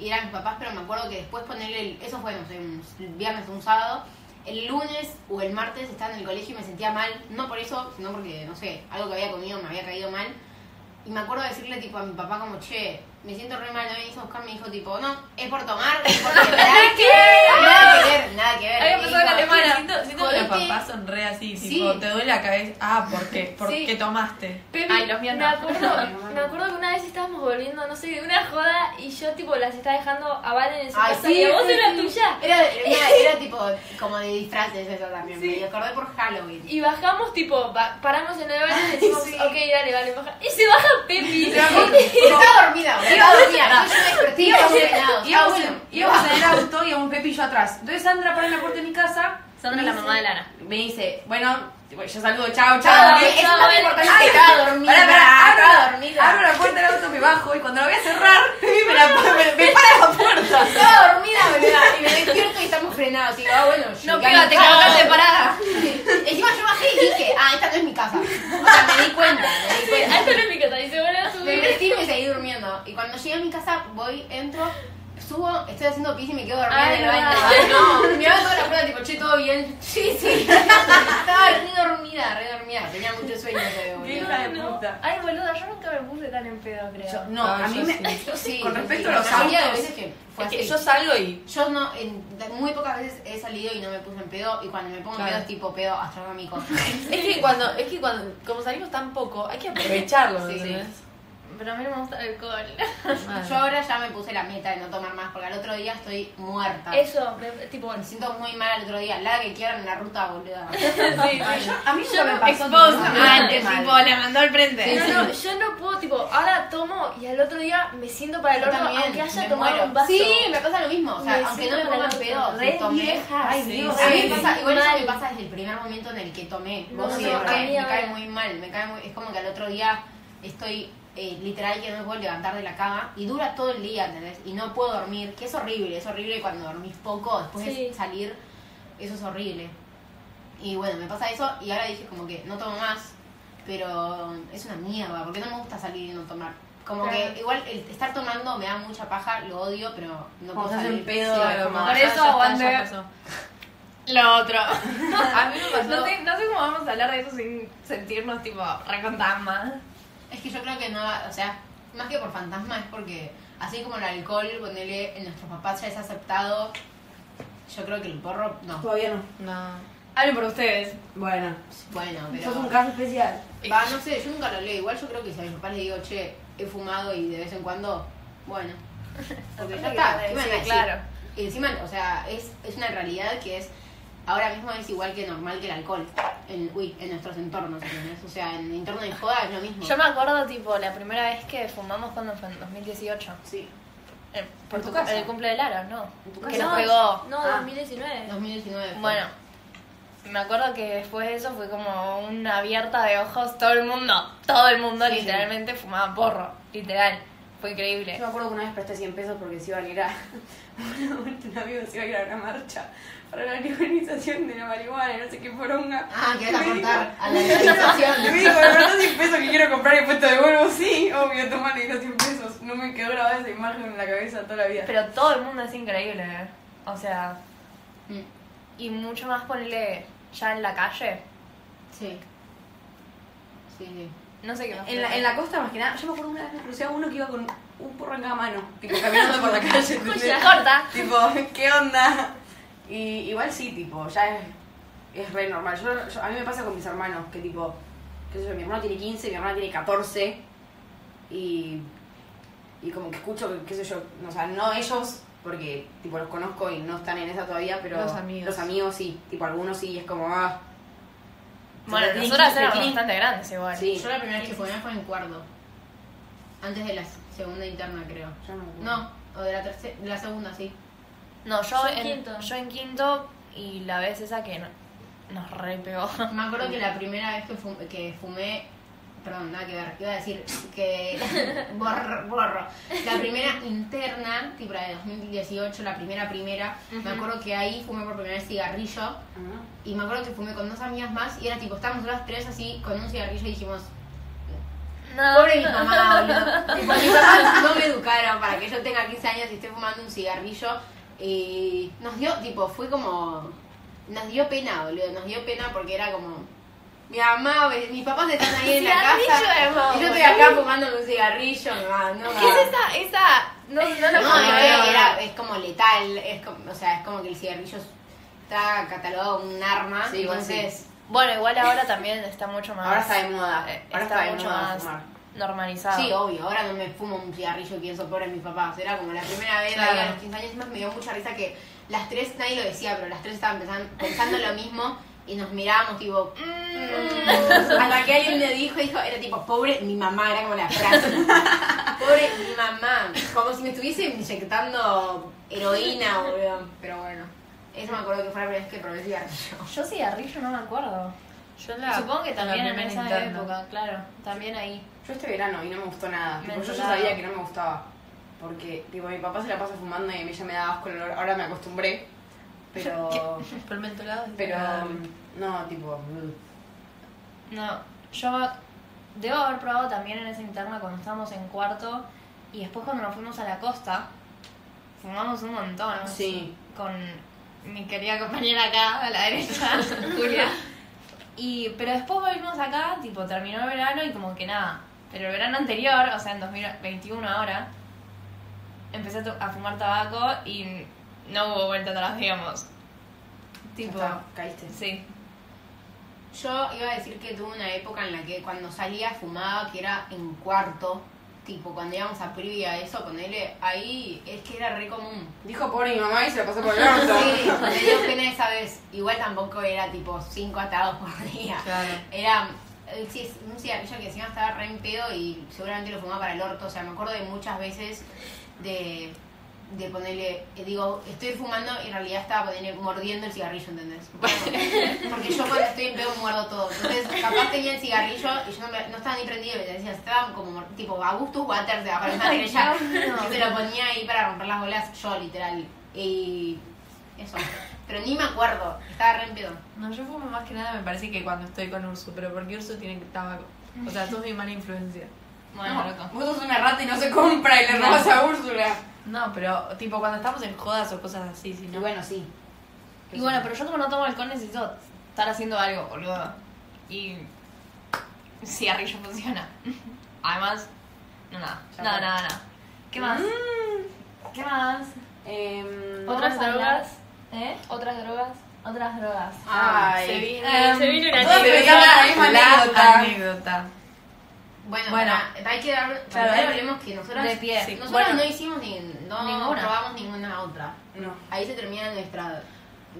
y eran mis papás, pero me acuerdo que después ponerle, el- eso fue, no sé, un viernes o un sábado, el lunes o el martes estaba en el colegio y me sentía mal, no por eso, sino porque, no sé, algo que había comido me había caído mal. Y me acuerdo decirle tipo a mi papá como, che, me siento re mal, no venís a buscar, me dijo tipo, no, es por tomar, es <laughs> por quebrar". Nada que ver, nada que ver. Había Y pasado la dijo, alemana. Ay, Siento, siento que los Jodete. papás son re así, Sí. tipo, te duele la cabeza. Ah, ¿por qué? ¿Por Sí. qué tomaste? Pepe, Ay, los míos me no. <laughs> acuerdo, me acuerdo que una vez estábamos volviendo, no sé, de una joda y yo tipo las estaba dejando a Valen en su Ay, casa sí, y a vos sí, en la sí. tuya. Era, era, era tipo como de disfraces eso también. Me acordé por Halloween. Y bajamos tipo, ba- paramos en la <laughs> de Valen y decimos, ok, dale, vale, baja. Y se baja Pepe. Estaba dormida, boludo, estaba dormida. Yo, yo me desperté y estaba peinado. Estaba Íbamos, Ah, bueno. íbamos en el auto, íbamos Pepe y yo atrás. Entonces Sandra para en la puerta de mi casa. Sandra, me la dice- mamá de Lana. Me dice, bueno, tipo, yo saludo, chao, chao. Estaba adiós. dormida. Eso chao, también bueno. importante que estaba dormida. Pará, pará, estaba abro, la- abro <laughs> dormida. la puerta del auto, me bajo y cuando la voy a cerrar, <laughs> me, la, me, me para la puerta. Estaba dormida, boludo. Y me despierto y estamos frenados. Y digo, ah, bueno, No, llegué a piba, mi te casa. cagaste <laughs> parada. Encima yo bajé y dije, ah, esta no es mi casa. O sea, me di cuenta, me di cuenta. Ah, esto no es mi casa. Y se vuelve a Me subir. vestí y me seguí durmiendo. Y cuando llegué a mi casa, voy, entro, subo, estoy haciendo pis y me quedo dormida Ay, en el baño. no. Ay, no. Miraba toda la prueba, tipo, che, todo bien. Sí, sí. <laughs> Estaba re dormida, re dormida. Tenía mucho sueño, creo. Qué boludo. hija de No. puta. Ay, boluda, yo nunca me puse tan en pedo, creo. Yo- no, Ah, a mí yo me. sí. Yo sí. Con respecto sí, a los La mayoría de autos, veces que fue Es así. que yo salgo y Yo no, en, muy pocas veces he salido y no me puse en pedo. Y cuando me pongo en Claro. pedo es tipo pedo astronómico. Es que cuando, es que cuando, como salimos tan poco, hay que aprovecharlo, Sí, sí. ¿entendés? Pero a mí no me gusta el alcohol. Mal. Yo ahora ya me puse la meta de no tomar más, porque al otro día estoy muerta. Eso, me- tipo, Me siento muy mal al otro día. La que quieran en la ruta, boluda. A mí nunca me pasó. Exposa. nunca. Mal, tipo, la mandó al frente. No, no, yo no puedo, tipo, ahora tomo y al otro día me siento para el Yo horno también, aunque haya me tomado muero. un vaso. Sí, me pasa lo mismo. O sea, Me aunque no siento me pongan mal, pedo, re si tomé. vieja, Ay, sí, Dios. sí. A mí me pasa, Sí, igual eso mal. me pasa desde el primer momento en el que tomé. No, Vos sí, sí, a porque mí me cae ahora- muy mal. Me cae muy, es como que al otro día estoy eh, literal que no me puedo levantar de la cama y dura todo el día, ¿entendés? Y no puedo dormir, que es horrible. Es horrible cuando dormís poco, después Sí. de salir, eso es horrible. Y bueno, me pasa eso y ahora dije como que no tomo más, pero es una mierda, porque no me gusta salir y no tomar. Como Claro. que igual el estar tomando me da mucha paja, lo odio, pero no Como puedo se hace salir. un pedo, Sí, algo como- más. Por Ah, ya eso está, aguante. ya pasó. Lo otro. A mí me pasó. No sé, no sé cómo vamos a hablar de eso sin sentirnos tipo recontamas. Es que yo creo que no, o sea, más que por fantasma es porque así como el alcohol, ponele en nuestros papás ya es aceptado, yo creo que el porro no. Todavía no. No. Hablen por ustedes. Bueno, Bueno, pero. sos un caso <laughs> especial. Va, no sé, yo nunca lo leo. Igual yo creo que si a mis papás les digo, che, he fumado y de vez en cuando, <laughs> bueno. Porque ya Aparte que está, te ¿qué me van a decís, decir? claro. Y encima, o sea, es, es una realidad que es. Ahora mismo es igual que normal que el alcohol en, uy, en nuestros entornos. ¿entendés? O sea, en el entorno de joda es lo mismo. Yo me acuerdo, tipo, la primera vez que fumamos cuando fue en 2018. Sí, Eh, Por ¿En tu tu casa? El cumple de Lara, no. tu Que casa? nos pegó. No, Ah. 2019. 2019. fue. Bueno, me acuerdo que después de eso fue como una abierta de ojos. Todo el mundo, todo el mundo Sí. literalmente fumaba porro. Literal. Fue increíble. Yo me acuerdo que una vez presté 100 pesos porque se iban a ir a. un amigo se iba a ir a una marcha para la legalización de la marihuana, no sé qué poronga. <laughs> Ah, que vas a Y me dijo- <laughs> contar a la legalización. Y me dijo, me prestás 100 pesos que quiero comprar y después te devuelvo. Sí, obvio, toma, le di los 100 pesos. No me quedó grabada esa imagen en la cabeza toda la vida. Pero todo el mundo es increíble. eh. O sea, Mm, y mucho más ponerle ya en la calle. Sí. Sí, sí. No sé qué más. En la, <laughs> en la costa, más que nada, yo me acuerdo una vez que crucé a uno que iba con un porro en cada mano, tipo caminando por la <laughs> calle. ¿entendés? corta. tipo, <laughs> ¿qué onda? Y igual sí, tipo, ya es, es re normal. Yo, yo- a mí me pasa con mis hermanos, que tipo, qué sé yo, mi hermano tiene 15, mi hermana tiene 14. Y, y como que escucho, que, qué sé yo, no, o sea, no ellos, porque tipo los conozco y no están en esa todavía, pero Los amigos. los amigos sí, tipo algunos sí, y es como, ah, Bueno, Tiene nosotras 15, éramos tiene- bastante grandes igual. sí. Yo la primera vez que fumé fue en cuarto. Antes de la segunda interna, creo. Yo no, me acuerdo. No, o de la tercera, de la segunda, sí. No, yo, Yo en en, quinto. yo en quinto y la vez esa que no- nos re pegó. Me acuerdo que la primera vez que fumé, que fumé perdón, nada que ver, iba a decir que <laughs> borro, borro. La primera interna, tipo la de 2018, la primera primera, me acuerdo que ahí fumé por primera vez cigarrillo Ah. y me acuerdo que fumé con dos amigas más y era tipo, estábamos las tres así con un cigarrillo y dijimos, No, pobre mi <laughs> no. mamá, boludo. Tipo, mis papás no me educaron para que yo tenga 15 años y esté fumando un cigarrillo y nos dio, tipo, fue como, nos dio pena, boludo, nos dio pena porque era como... Mi mamá, eh, mis papás están ahí en la casa. Cigarrillo, mamá, Y yo estoy boludo. acá fumando un cigarrillo, no, no. ¿Qué es esa? Esa. No, no <laughs> No, lo puedo es, que creer. era- es como letal, es como, o sea, es como que el cigarrillo es- está catalogado como un arma, Sí, igual entonces Bueno, igual ahora también está mucho más. Ahora está de moda, eh, está ahora está de mucho moda más fumar. normalizado. Sí, obvio, ahora no me fumo un cigarrillo, pienso pobre mis papás. Era como la primera vez Claro. ahí a los 15 años, más me dio mucha risa que las tres, nadie lo decía, pero las tres estaban pensan- pensando, lo mismo y nos mirábamos tipo. "Mm". Hasta que alguien le dijo, dijo, era tipo, pobre mi mamá, era como la frase. pobre mi mamá. Como si me estuviese inyectando heroína, boludo. Pero bueno. Eso me acuerdo que fue la primera vez que probé cigarrillo. Yo cigarrillo no me acuerdo. Yo la, Supongo que la también en primera esa interna. época, claro. También ahí. Yo este verano y no me gustó nada. Tipo, yo ya Mentolado. sabía que no me gustaba. Porque tipo, mi papá se la pasa fumando y a mí ya me daba asco el olor. Ahora me acostumbré. <laughs> Pero. Pero el mentolado es pero. um, agradable. No, tipo. mm. No, yo debo haber probado también en esa interna cuando estábamos en cuarto y después cuando nos fuimos a la costa, fumamos un montón. Sí. Con mi querida compañera acá a la <laughs> derecha, Julia. Y, pero después volvimos acá, tipo, terminó el verano y como que nada. Pero el verano anterior, o sea, en 2021 ahora, empecé a, tu- a fumar tabaco y no hubo vuelta atrás, digamos. Ya Tipo, está, caíste. sí. Yo iba a decir que tuve una época en la que cuando salía fumaba, que era en cuarto, tipo cuando íbamos a Privi a eso, ponerle ahí, es que era re común. Dijo pobre mi mamá y se la pasó por <laughs> el orto. Sí, me dio pena esa vez. Igual tampoco era tipo cinco atados por día. Claro. Era eh, sí, es un cigarrillo que encima estaba re en pedo y seguramente lo fumaba para el orto. O sea, me acuerdo de muchas veces de, de ponerle, eh, digo, estoy fumando y en realidad estaba ponerle, mordiendo el cigarrillo, ¿entendés? Porque yo cuando estoy en pedo muerdo todo. Entonces, capaz tenía el cigarrillo y yo no, me- no estaba ni prendido, me decía, estaba como mor- tipo Augustus Water de abajo de la estrella. Yo se lo ponía ahí para romper las bolas, yo literal. Y eso. Pero ni me acuerdo, estaba re en pedo. No, yo fumo más que nada, me parece que cuando estoy con Ursu, pero porque Ursu tiene tabaco. O sea, sos mi mala <laughs> influencia. Bueno, loco. Vos sos una rata y no se compra y le robas a Úrsula. No, pero tipo cuando estamos en jodas o cosas así, si Y no. bueno, sí. Pues Y bueno, pero yo como no tomo alcohol necesito estar haciendo algo, boludo. Y cigarrillo funciona. <laughs> Además, no nada, Ya nada, fue. nada, nada. ¿Qué más? ¿Qué más? Em, ¿Otras Vamos a hablar. drogas? ¿Eh? ¿Otras drogas? Otras drogas. Em, Ay, Ah, se viene. Eh, se viene una Todos chica. pensamos la misma anécdota. anécdota. Bueno, Bueno. pará, hay que dar. Claro, primero hay- hablemos que nosotras. de pie. Sí. Nosotras Bueno. no hicimos ni. No Ninguna. probamos ninguna otra. No. Ahí se termina nuestra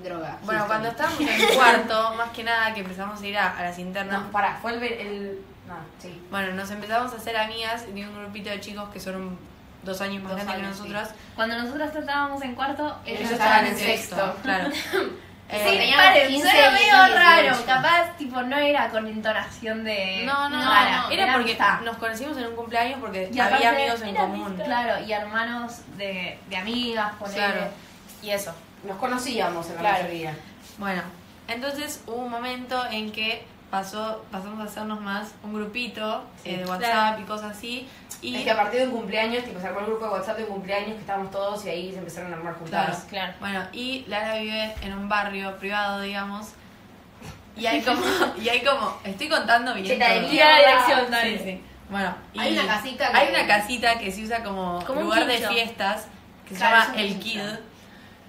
droga. Bueno, history. cuando estábamos en el cuarto, más que nada que empezamos a ir a, a las internas, No, pará, fue el. ver- el no, sí. bueno, nos empezamos a hacer amigas de un grupito de chicos que son un- dos años más Dos grandes que años, sí. nosotras. Cuando nosotras tratábamos en cuarto, ellos, Ellos estaban en sexto. Claro. Sí, Eh, teníamos Paren, 15 suena y medio son 18. raro. Capaz, tipo, no era con entonación de. no, no, no, rara, no, Era porque amistad. nos conocimos en un cumpleaños porque Y había aparte- amigos en era común. amistad. Claro, y hermanos de, de amigas, ponele. Claro. Y eso. Nos conocíamos en la Claro. mayoría. Bueno, entonces hubo un momento en que pasó, pasamos a hacernos más un grupito Sí. eh, de WhatsApp Claro. y cosas así. Y Y es que a partir de un cumpleaños, tipo, se armó el grupo de WhatsApp de un cumpleaños que estábamos todos y ahí se empezaron a armar juntadas. Claro. Bueno, y Lara vive en un barrio privado, digamos. <laughs> Y hay como, y hay como, estoy contando bien. Cheta de todo. Tira la dirección, Sí, dale. sí. Bueno, y Hay una casita que- hay una casita que se usa como, Como un lugar de quincho. fiestas, que se Claro, llama es un El Kid. quincho.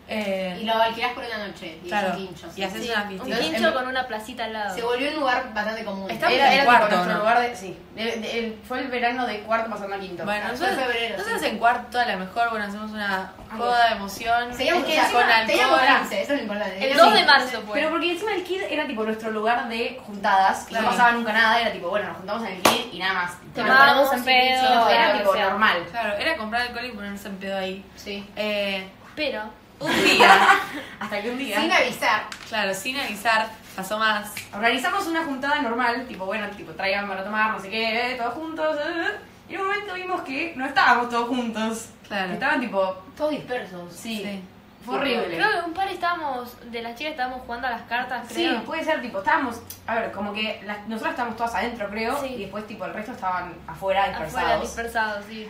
Eh, Y lo alquilás por una noche. Y claro, es un quincho. sí, y haces sí. una Un fiestita. em, quincho con una placita al lado. Se volvió un lugar bastante común. Está- Estamos era en era cuarto, tipo nuestro ¿no? lugar de. Sí. De- de- el- fue el verano de cuarto pasando a quinto. Bueno, Ah, nosotros, fue en febrero, nosotros sí. en cuarto a lo mejor, bueno, hacemos una Ay, joda de emoción. Seguíamos Es que o sea, con teníamos alcohol. 15, eso es lo importante. El Era 2 de así. marzo, pues. Pero porque encima el kid era tipo nuestro lugar de juntadas, que Claro. no pasaba nunca nada, era tipo, bueno, nos juntamos en el kid y nada más. Tomábamos Nos en ponemos pedo, pincho, lo era que tipo sea. normal. Claro, era comprar alcohol y ponerse en pedo ahí. Sí. Eh, Pero un día, <laughs> Hasta que un día Sin avisar. claro, sin avisar, pasó más. organizamos una juntada normal, tipo, bueno, tipo, traigan para tomar, no sé qué, eh, todos juntos. eh, eh. y en un momento vimos que no estábamos todos juntos. Claro. Estaban tipo, Todos dispersos. sí, Sí. fue horrible. creo que un par estábamos, de las chicas estábamos jugando a las cartas, Sí, creo. puede ser, tipo, estábamos, a ver, como que las- nosotras estábamos todas adentro, creo, Sí. y después, tipo, el resto estaban afuera, Afuera, dispersados. dispersados, sí.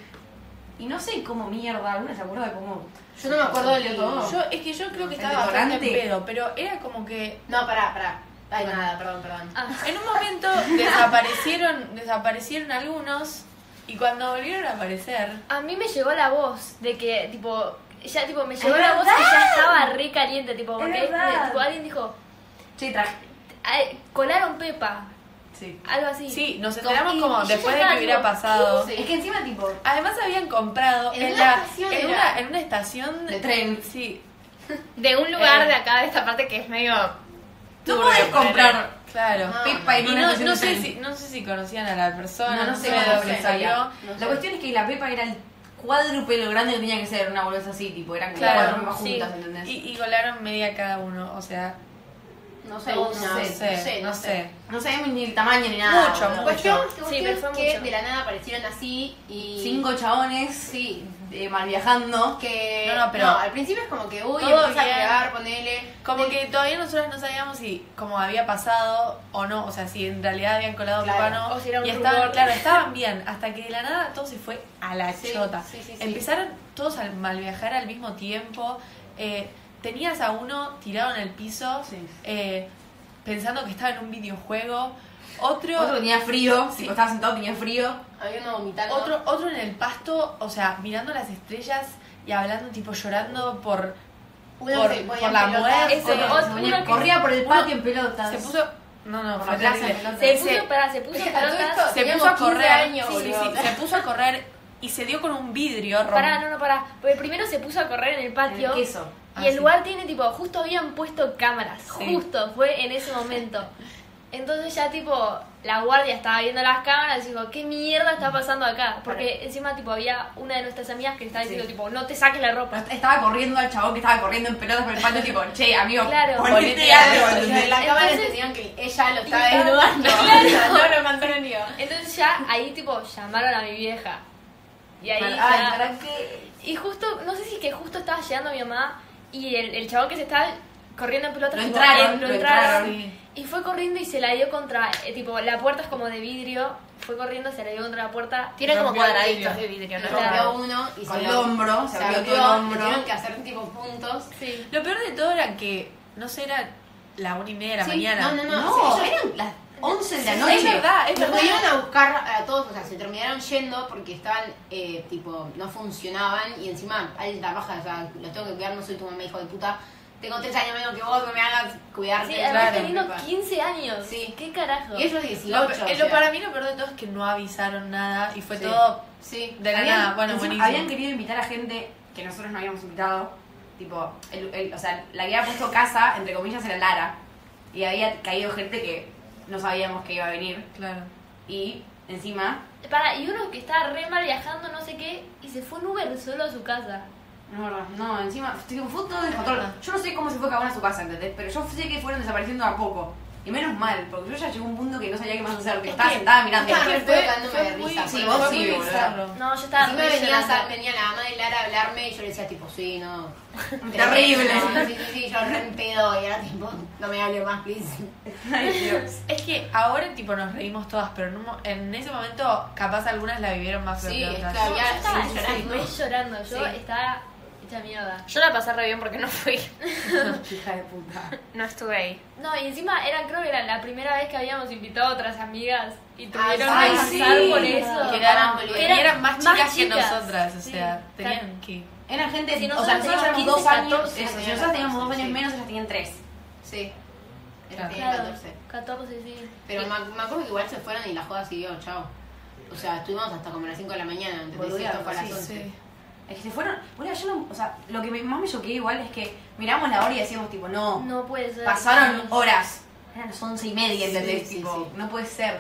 Y no sé cómo mierda, alguna se acuerda de cómo. Yo no me acuerdo del todo. Yo, es que yo creo que ¿El estaba bastante en detonante? pedo, pero era como que No, pará, pará. Ay, nada, perdón, perdón. Ah, en un momento desaparecieron, desaparecieron algunos y cuando volvieron a aparecer, A mí me llegó la voz de que, tipo, ya tipo, me llegó Es la voz verdad. y ya estaba re caliente, tipo, Es porque verdad. tipo, alguien dijo, Sí, traje. "Ay, colaron Pepa, Sí. algo así. sí, nos enteramos y- como y yo después de estaba que hubiera tipo, pasado. Sí. Es que encima, tipo, Además habían comprado En en, una la, estación en, era. una, en una estación De tren. Sí. De un lugar Eh. de acá, de esta parte que es medio. Tú podés comprar. Claro. No, Pepa Y Ah. en una no, estación no de sé tren. si, no sé si conocían a la persona, No, no sé de cómo dónde se salió. sabía. La cuestión es que la Pepa era el cuádruple lo grande que tenía que ser, una bolsa así, tipo, eran como Claro, cuatro pepas sí. juntas, ¿entendés? Y, y colaron media cada uno, o sea, no sé, No una- sé, no sé, no sé. No sabemos ni el tamaño ni nada. Mucho, boludo. mucho. Cuestión, Sí, pero fue cuestión que mucho. de la nada aparecieron así y... Cinco chabones Sí. eh, mal viajando. Que... No, no, pero- al principio es como que, uy, Todo empieza a bien. pegar, ponele... Como que todavía nosotras no sabíamos si como había pasado o no, o sea, si en realidad habían colado Claro, peruano o si era un y estaban, rumor. claro, estaban bien, hasta que de la nada todo se fue a la Sí, chota. sí, sí, sí. Empezaron todos a mal viajar al mismo tiempo. eh, tenías a uno tirado en el piso, Sí. eh, pensando que estaba en un videojuego, otro, Otro otro, tenía frío, tipo, estaba sentado, tenía frío. Había uno vomitando. otro, en el pasto, o sea, mirando las estrellas y hablando, tipo llorando por Uno por- se ponía por la <laughs> en pelota, muerte. Ese otro- otro- Se ponía- uno que- corría por el patio en pelotas. se puso no no por fue la plaza en terrible. pelotas. se Se- puso, pará, <laughs> se <laughs> puso A todo pelotas, esto- se puso Teníamos a 15 correr, años, sí, sí, boludo. sí, se puso a correr y se dio con un vidrio romp- pará, no, no, pará, porque primero se puso a correr en el En patio el queso. Ah, y el sí. lugar tiene, tipo, justo habían puesto cámaras, Sí. justo, fue en ese momento. Entonces ya, tipo, la guardia estaba viendo las cámaras y dijo, ¿qué mierda está pasando acá? Porque encima, tipo, había una de nuestras amigas que le estaba Sí. diciendo, tipo, no te saques la ropa. <laughs> Pero est- Estaba corriendo al chabón que estaba corriendo en pelotas por el patio, tipo, che, amigo, Claro. ponete Ponete algo. Los de ¿entendés? la cámara Entonces- entendían que ella lo estaba Claro. desnudando. O sea, <laughs> no lo mandaron ni Entonces ya ahí tipo llamaron a mi vieja. Y ahí Ay, ya- ¿para qué? Y justo, no sé si que justo estaba llegando mi mamá y el, el chabón que se estaba corriendo en pelotas Lo tipo, entraron, eh, lo entraron. Sí. Y fue corriendo y se la dio contra, eh, tipo, la puerta es como de vidrio. Fue corriendo, se la dio contra la puerta. Tiene como Rompió el cuadraditos de vidrio. vidrio, ¿no? Rompió Claro. uno y Con se el lo- hombro, se abrió, todo el le hombro. tuvieron que hacer tipo puntos. Sí. Lo peor de todo era que no sé era la una y media de la Sí, mañana. No, no, no. No, sí, ellos- eran las 11 de la Sí, noche. es verdad, es Los verdad. vinieron a buscar a todos, o sea, se terminaron yendo porque estaban, eh, tipo, no funcionaban y encima alta baja, o sea, los tengo que cuidar, no soy tu mamá, hijo de puta. tengo tres años menos que vos, que me hagas cuidarte. Sí, además claro. teniendo 15 años. Sí. ¿Qué carajo? Y ellos 18. Lo- o eh, sea. lo, para mí lo peor de todo es que no avisaron nada y fue Sí. todo Sí. de la Habían- nada. Bueno, encima buenísimo. Habían querido invitar a gente que nosotros no habíamos invitado. Tipo, el- el- o sea, la que había puesto casa, entre comillas, era Lara. Y había caído gente que no sabíamos que iba a venir. Claro. Y encima, Para, y uno que está re mal viajando, no sé qué, y se fue en Uber solo a su casa. no, es verdad, no, encima, tipo, fue todo descontrol. Yo no sé cómo se fue cada uno a su casa, ¿entendés? Pero yo sé que fueron desapareciendo a poco. Y menos mal, porque yo ya llegó un punto que no sabía qué más hacer. Que estaba que- sentada mirando. es que fue- fue muy- sí, fue vos muy sí, boludo. bizarro. No, yo estaba Encima re venía, llorando. sa- venía la ama de Lara a hablarme y yo le decía, tipo, sí, no. Terrible. <laughs> No, sí, sí, sí, yo re en pedo y era tipo, no me hable más, please. Ay, Dios. Es que ahora tipo nos reímos todas, pero en, un mo- en ese momento capaz algunas la vivieron más feo Sí, que es otras. claro. No, yo Ya, estaba sí, llorando. re llorando. Yo Sí. estaba hecha mierda. Yo la pasé re bien porque no fui. <laughs> Hija de puta. No estuve ahí. No, y encima era, creo que era la primera vez que habíamos invitado a otras amigas y tuvieron que Ah, Ay, pasar sí. por eso. Que eran, Ah, y eran más más chicas, que chicas. nosotras, o Sí. sea, tenían que... Eran gente, Si o nosotros sea, nosotros éramos teníamos dos 15, años, 14, eso, si tenían nosotros teníamos 14, dos años sí. menos, ellas tenían tres. Sí, era Claro. tenía Claro, 14. 14, sí. Pero me, me acuerdo que igual se fueron y la joda siguió, chao. O sea, estuvimos hasta como las 5 de la mañana, ¿entendés? Y Boludeando, Esto fue a las sí, 11. Es que se fueron, bueno, yo no, o sea, lo que me- más me choqué igual es que miramos la hora y decíamos tipo, no, No puede ser. pasaron horas. Eran las once y media, ¿entendés? sí, tipo, sí. no puede ser.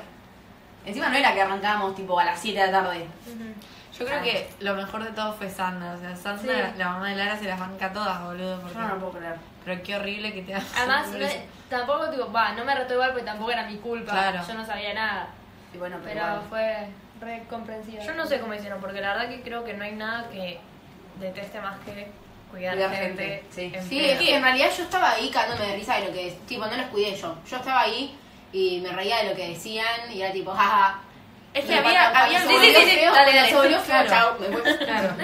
Encima no era que arrancábamos tipo a las 7 de la tarde. Ujú. Yo creo Ah. que lo mejor de todo fue Sandra, o sea, Sandra, Sí. la mamá de Lara se las banca todas, boludo, porque... Yo no lo puedo creer. Pero qué horrible que te hagas. <laughs> Además, no- tampoco, tipo, va, no me retó igual porque tampoco era mi culpa. Claro. Yo no sabía nada. Y bueno, pero, Pero igual. fue re comprensiva. Yo no sé cómo hicieron, porque la verdad que creo que no hay nada que deteste más que cuidar Cuidar gente. gente, sí. en Sí, pedo. es que en realidad yo estaba ahí cagándome de risa de lo que... Tipo, no los cuidé yo. Yo estaba ahí y me reía de lo que decían y era tipo, jaja. Es que Y había- cuando- cuando había- se sí, sí, volvió sí, sí, feo, dale, cuando dale, se volvió feo, claro. chao, me voy. Claro.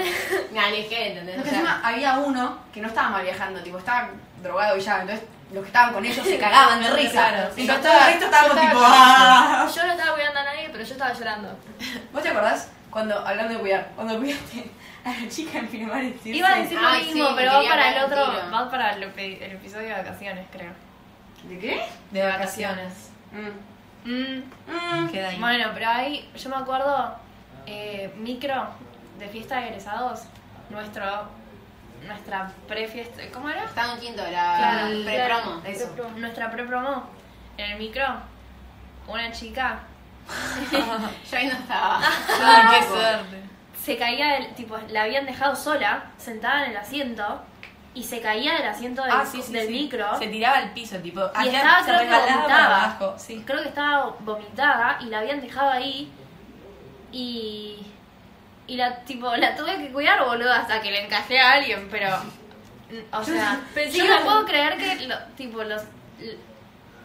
Me alejé, ¿entendés? No, O que sea, encima había uno que no estaba mal viajando, tipo, estaba drogado y ya, entonces los que estaban con ellos se cagaban <laughs> de risa. Claro, sí. Mientras Yo todo estaba- el resto estábamos yo estaba tipo, con ellos. "Ah". Yo no estaba cuidando a nadie, pero yo estaba llorando. ¿Vos te acordás cuando, hablando de cuidar, cuando cuidaste a la chica en Pinamar y Circe? Iba a decir lo Ay, mismo, sí, pero va quería para hablar el otro, un tiro. va para el, epi- el episodio de vacaciones, creo. ¿De qué? De vacaciones. Mm. Mm, Mm. Queda ahí. Bueno, pero ahí yo me acuerdo eh, micro de fiesta de egresados, nuestro nuestra pre-fiesta, ¿cómo era? Estaba en quinto, era Claro, el claro. pre-promo. eso. Pero- Nuestra pre-promo en el micro, una chica Yo ahí no estaba. Ay, qué suerte. se caía del, tipo, la habían dejado sola, sentada en el asiento y se caía del asiento del, Ah, sí, sí, del sí. micro. Se tiraba al piso, tipo. Y acá estaba, se creo que rebalaba para vomitaba. abajo. Sí. Creo que estaba vomitada y la habían dejado ahí. Y. Y la, tipo, la tuve que cuidar, boludo, hasta que le encajé a alguien, pero. n- O sea, Pensé yo que- no puedo creer que, lo- tipo, los. l-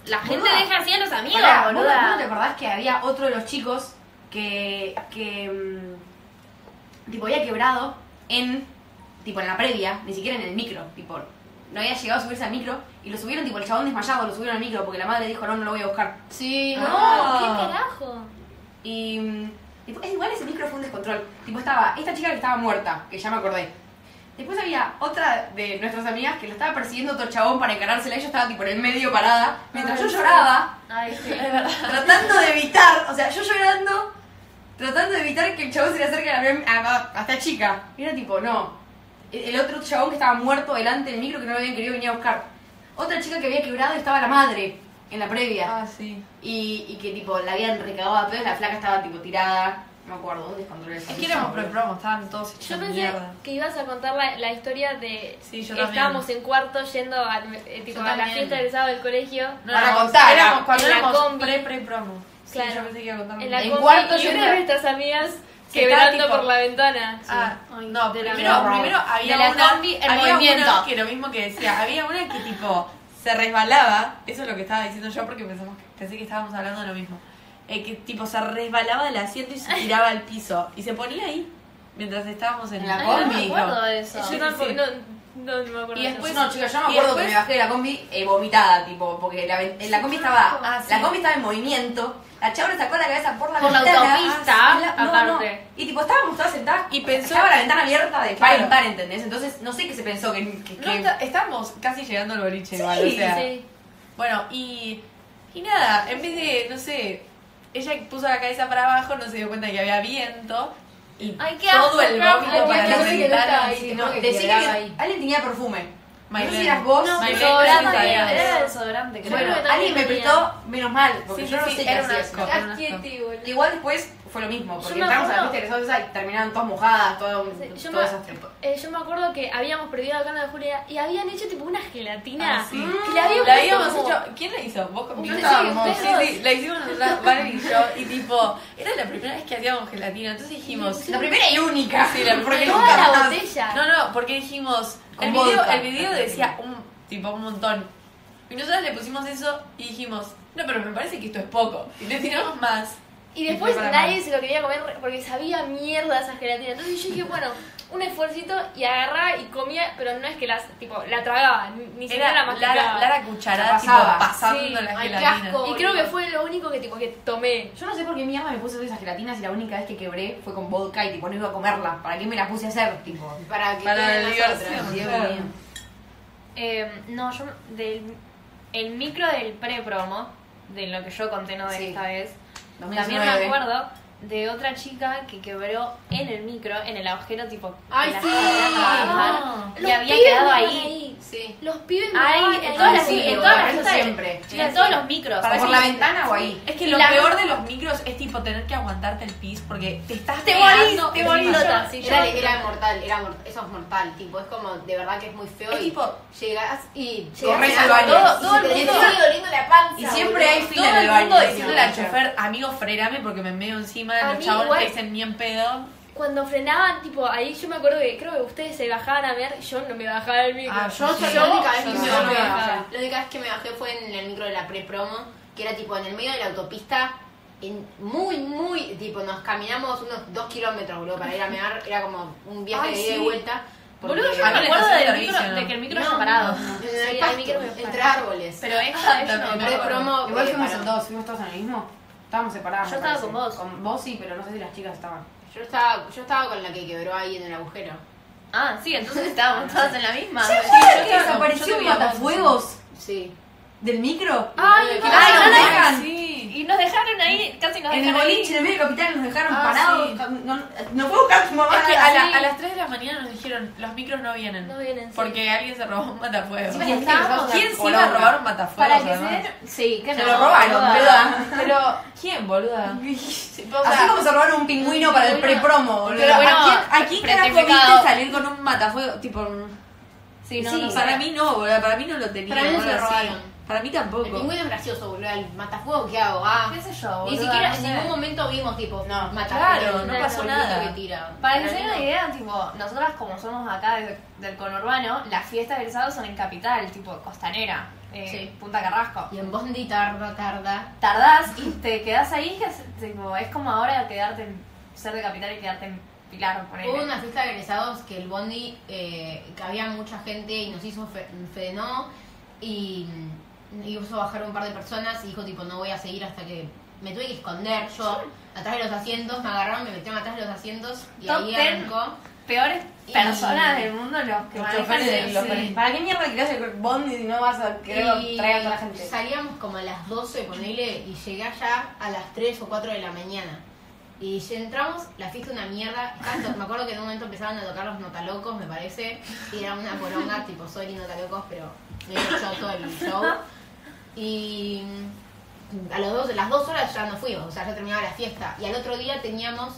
La gente Boluda. deja así a los amigos, Pará, ¿vos no- boluda. ¿vos no te acordás que había otro de los chicos que, que mm, tipo había quebrado en tipo en la previa, ni siquiera en el micro, tipo no había llegado a subirse al micro y lo subieron tipo el chabón desmayado, lo subieron al micro porque la madre dijo no, no lo voy a buscar. Sí, No, Ah. ¿qué carajo? Y mm, tipo, es igual ese micro fue un descontrol. Tipo estaba esta chica que estaba muerta, que ya me acordé. Después había otra de nuestras amigas que la estaba persiguiendo otro chabón para encarársela. Ella estaba tipo en el medio parada, mientras yo lloraba. Ay, sí. <laughs> tratando de evitar, o sea, yo llorando, tratando de evitar que el chabón se le acerque a, la- a, a esta chica. Y era tipo, no. E, El, el otro chabón que estaba muerto delante del micro que no lo habían querido venir a buscar. Otra chica que había quebrado y estaba la madre en la previa. Ah, sí. Y, y que tipo, la habían recagado a pedos, la flaca estaba tipo tirada. No me acuerdo, un descontrol. Es que éramos pre-promo, estaban todos hechos Yo pensé mierda. que ibas a contar la, la historia de Sí, yo que también. estábamos en cuarto yendo al, eh, tipo, Yo a la también. fiesta del sábado del colegio. No, Para éramos- contar, éramos- ah, cuando en la éramos combi. pre-pre-promo. Claro. Sí, yo pensé que iba a contar En un- la En combi, cuarto y una yendo- de nuestras amigas Se estaba quebrando tipo- por la ventana. Ah, Ay, no, de la primero, combi. primero había De la una, combi, el había movimiento. una que lo mismo que decía, había una que tipo se resbalaba, eso es lo que estaba diciendo yo porque pensamos que- pensé que estábamos hablando de lo mismo, eh, que tipo se resbalaba del asiento y se tiraba al piso y se ponía ahí mientras estábamos en En la Ay, el no combi, me micro. acuerdo de eso. Yo tampoco, Sí. no, No, no me Y acuerdo. de después- eso. no, chicos, yo me y acuerdo después- que me bajé de la combi eh, vomitada, tipo, porque la, ven- la combi estaba. Ah, sí. La combi estaba en movimiento. La chabona sacó la cabeza por la Por la ventana. autopista, y no, aparte. no. Y tipo, estábamos todas sentadas. Y pensó- Estaba la ventana abierta de par en Claro. par, ¿entendés? Entonces, no sé qué se pensó que. que- No, que- está- estamos casi llegando al boliche, Sí, igual, o sea. Sí. Bueno, y, y nada, en vez de, no sé, ella puso la cabeza para abajo, no se dio cuenta que había viento y Ay, qué asco, todo el qué vómito asco. para las Ay, qué asco que no estaba ventanas. ahí. y- Sí, no, creo que decí que quebraba ahí. alguien tenía perfume. no sé Mailén. si eras vos. No, Mailén, desodorante, creo que era, sabías. era desodorante, creo. Bueno, Creo que alguien me también prestó, menos mal, porque Sí, yo sí, no sí, sé qué era un hacía asco. eso. Casquete, boludo. Igual después fue lo mismo, porque me entramos a la acuerdo- fiesta de los y terminaban todas mojadas, todo, un, Sí, yo todo me- desastre. Eh, yo me acuerdo que habíamos perdido la cana de Julia y habían hecho tipo una gelatina. Ah, sí. Que la habíamos, La habíamos como- hecho. ¿Quién la hizo? ¿Vos conmigo? Ustedes, sí, Sí, ustedes sí, la hicimos nosotras, Valen y yo. Y tipo, era la primera vez que hacíamos gelatina. Entonces dijimos. La primera y única. Sí, la primera porque y Toda nunca la más. botella. No, no, porque dijimos. El Con video, vodka. el video decía un tipo un montón. Y nosotras le pusimos eso y dijimos, no, pero me parece que esto es poco. Y le tiramos más. Y después Para nadie más. se lo quería comer porque sabía mierda esa gelatina. Entonces yo dije, bueno, un esfuercito y agarraba y comía, pero no es que las, tipo, la tragaba, ni- ni siquiera la Era masticaba. Lara, Lara cucharada, La pasaba. tipo, pasando Sí. la Ay, qué gelatina. asco. Y creo que fue lo único que tipo que tomé. Yo no sé por qué mierda me puse todas esas gelatinas y la única vez que quebré fue con vodka y tipo no iba a comerla. ¿Para qué me las puse a hacer? Tipo. Para que Para queden la nosotras, diversión, Dios claro. mío. Eh, no, yo del el micro del pre-promo, de lo que yo conté no de Sí. esta vez, 2019. también me acuerdo de otra chica que quebró en el micro, en el agujero tipo... que Ay, la sí. gente Ah. bajar, Los y había pibes quedado miraban ahí. Sí. Los pibes Ay, miraban en ahí. todas Ah, las, sí, en lo todas las parece fiestas de- siempre. chicas, en todos los micros. ¿Para O por sea, la ventana o ahí? Es que lo La- peor de los micros es tipo tener que aguantarte el pis porque te estás Te pegando morís, te encima. morís. Yo- Sí, Era, era mortal, era mor- eso es mortal, tipo, es como, de verdad que es muy feo Es y tipo- llegas y Corres a- al baño. todo- Y todo se el te- mundo y sigue doliendo la panza. Y siempre hay boludo. fila en Todo el el mundo baño, diciéndole al sí. chofer, amigo, frename porque me meo encima. A Los mí chabones igual- te dicen ni en pedo. Cuando frenaban, tipo, ahí yo me acuerdo que creo que ustedes se bajaban a ver, yo no me bajaba el micro. Ah, Yo, Sí, soy yo- la única vez yo que sí me no bajé. me bajaba. La única vez que me bajé fue en el micro de la pre-promo, que era tipo en el medio de la autopista, en muy, muy, tipo, nos caminamos unos dos kilómetros, boludo, para ir a mear, era como un viaje Ay, de ida sí. y vuelta. porque- Boludo, yo Ah, no no me le acuerdo pasó del el micro, servicio. de que el micro No, haya parado. Ah, En el Sí, hay pasto, micros que entre paran. árboles. Pero esta yo no también. En me pre acuerdo. promo. Igual eh, fuimos paró. en dos, fuimos todos en el mismo. Estábamos separados. Yo me estaba parece. con vos. Con vos sí, pero no sé si las chicas estaban. Yo estaba, yo estaba con la que quebró ahí en el agujero. Ah, sí, entonces estábamos todas en la Ah, misma. yo que estaba- yo desapareció un tenía dos, matafuegos Sí. del micro? Ay, Ay, no, Ay, no, no no. la- dejan. Sí. Y nos dejaron ahí, casi nos En el dejaron ahí. boliche, en el medio del capital, nos dejaron Ah, parados. sí. No, no puedo buscar a tu mamá. Ah, Es que a, la- sí. a las 3 de la mañana nos dijeron, los micros no vienen. No vienen, sí. Porque alguien se robó un matafuego. Encima las chicas usaban ¿Quién se iba poronga. a robar un matafuego? Para que se den... Sí, que Se no, lo robaron, boluda. boluda. Pero, ¿quién, boluda? <laughs> O sea, Así como se robaron un pingüino para el pre-promo, boludo. Pero bueno, ¿A quién carajo viste certificado. salir con un matafuego? Tipo, Sí, no, Sí, no. para mí no, boludo, para mí no lo tenía. Para mí no se lo boluda, sí. robaron. Para mí El tampoco. pingüino es gracioso, boludo. El matafuego, ¿qué hago? Ah. ¿Qué sé yo, Ni boluda, siquiera no en sé. ningún momento vimos, tipo, No, matafuego. claro, no un pasó arbolito nada. que tira. Para que se den mí una no. idea, tipo, nosotras como somos acá de- del conurbano, las fiestas del sábado son en capital, tipo costanera, eh, Sí. Punta Carrasco. Y en Bondi tarda, tarda. Tardás y te quedás ahí, que es, tipo, es como ahora quedarte en, ser de capital y quedarte en Pilar, ponele. Hubo una fiesta de egresados que el Bondi, eh, que había mucha gente y nos hizo fe, frenó y, y hizo bajar un par de personas y dijo, tipo, no voy a seguir hasta que... Me tuve que esconder yo atrás de los asientos, me agarraron, me metieron atrás de los asientos y Top ahí ten. arrancó. Peores Y- personas del mundo los que Los manejan choferes de- el- los- sí. ¿Para qué mierda creas el bondi si no vas a querer Y traer a otra gente? Salíamos como a las 12, ponele, y llegué allá a las 3 o 4 de la mañana. Y ya entramos, la fiesta una mierda. Estaban to- me acuerdo que en un momento empezaban a tocar los notalocos, me parece. Y era una <laughs> poronga, tipo, sorry, notalocos, pero me he hecho todo el show. Y mm, a los dos, las dos horas ya no fuimos, o sea, ya terminaba la fiesta. Y al otro día teníamos.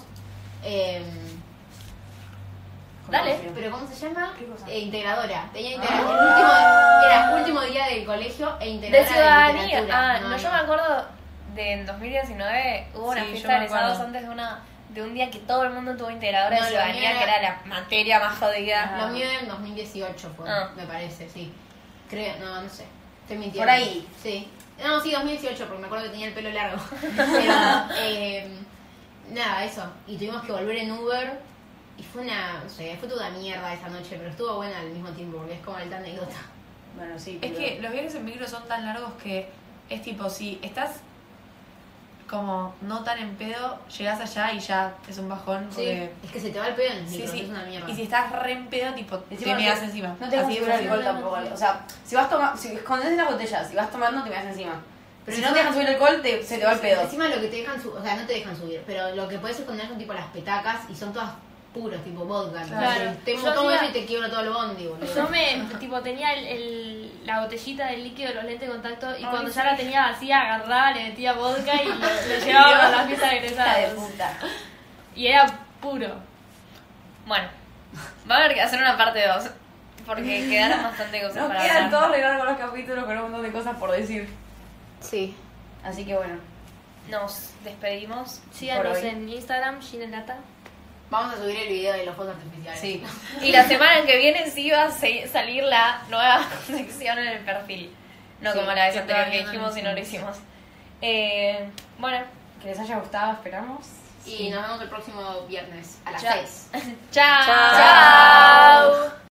em, Dale. ¿Pero cómo se llama? ¿Qué cosa? Ah. Eh, integradora. Tenía integradora. El último, era último día del colegio e integradora De de ciudadanía. literatura. Ah, no, yo me acuerdo de en 2019 hubo una Sí, yo fiesta de me egresados acuerdo. antes de una de un día que todo el mundo tuvo integradora No, de lo ciudadanía, mío era- que era la materia más jodida. Lo mío en 2018 fue, Ah. me parece, sí. Creo, no, no sé. Estoy mintiendo. Por ahí. Sí. No, sí, 2018, porque me acuerdo que tenía el pelo <laughs> em, largo. Pero, eh, nada, eso. Y tuvimos que volver en Uber Y fue una, no sé, fue toda mierda esa noche, pero estuvo buena al mismo tiempo, porque es como alta anécdota. Bueno, sí. Es pero- que los viajes en micro son tan largos que es tipo, si estás como no tan en pedo, llegás allá y ya es un bajón. Porque... Es que se te va el pedo en el Sí, micro, sí. es una mierda. Y si estás re en pedo, tipo, Encima te no meas te- encima. No te vas a Así de subir al fácil. alcohol tampoco. O sea, si vas tomando, si escondes la botella, si vas tomando, te meas encima. Pero si no encima- te dejan subir alcohol, te, se te va el pedo. Encima lo que te dejan subir, o sea, no te dejan subir, pero lo que puedes esconder son tipo las petacas y son todas puros, tipo vodka. ¿no? Claro. Te Yo tomo hacía- eso y te quiebro todo el bondi, boludo. Yo me, tipo, tenía el, el- la botellita del líquido de los lentes de contacto y Ay, cuando sí. ya la tenía vacía, agarraba, le metía vodka y <laughs> lo, lo llevaba a las fiestas de Hija de egresados. puta. Y era puro. Bueno, va a haber que hacer una parte 2. Porque quedaron bastante cosas Nos para quedan hablar. todos regalos con los capítulos con un montón de cosas por decir. Sí. Así que bueno, Nos despedimos. Síganos Por hoy. en Instagram, Ginelata. Vamos a subir el video de los fuegos artificiales. sí. Y la semana que viene sí va a se- salir la nueva <laughs> sección en el perfil. No Sí, como la vez que anterior que todavía no dijimos lo y no lo hicimos. Eh, bueno, Que les haya gustado, esperamos. Y nos vemos el próximo viernes a las Ya. 6. chao. Chao.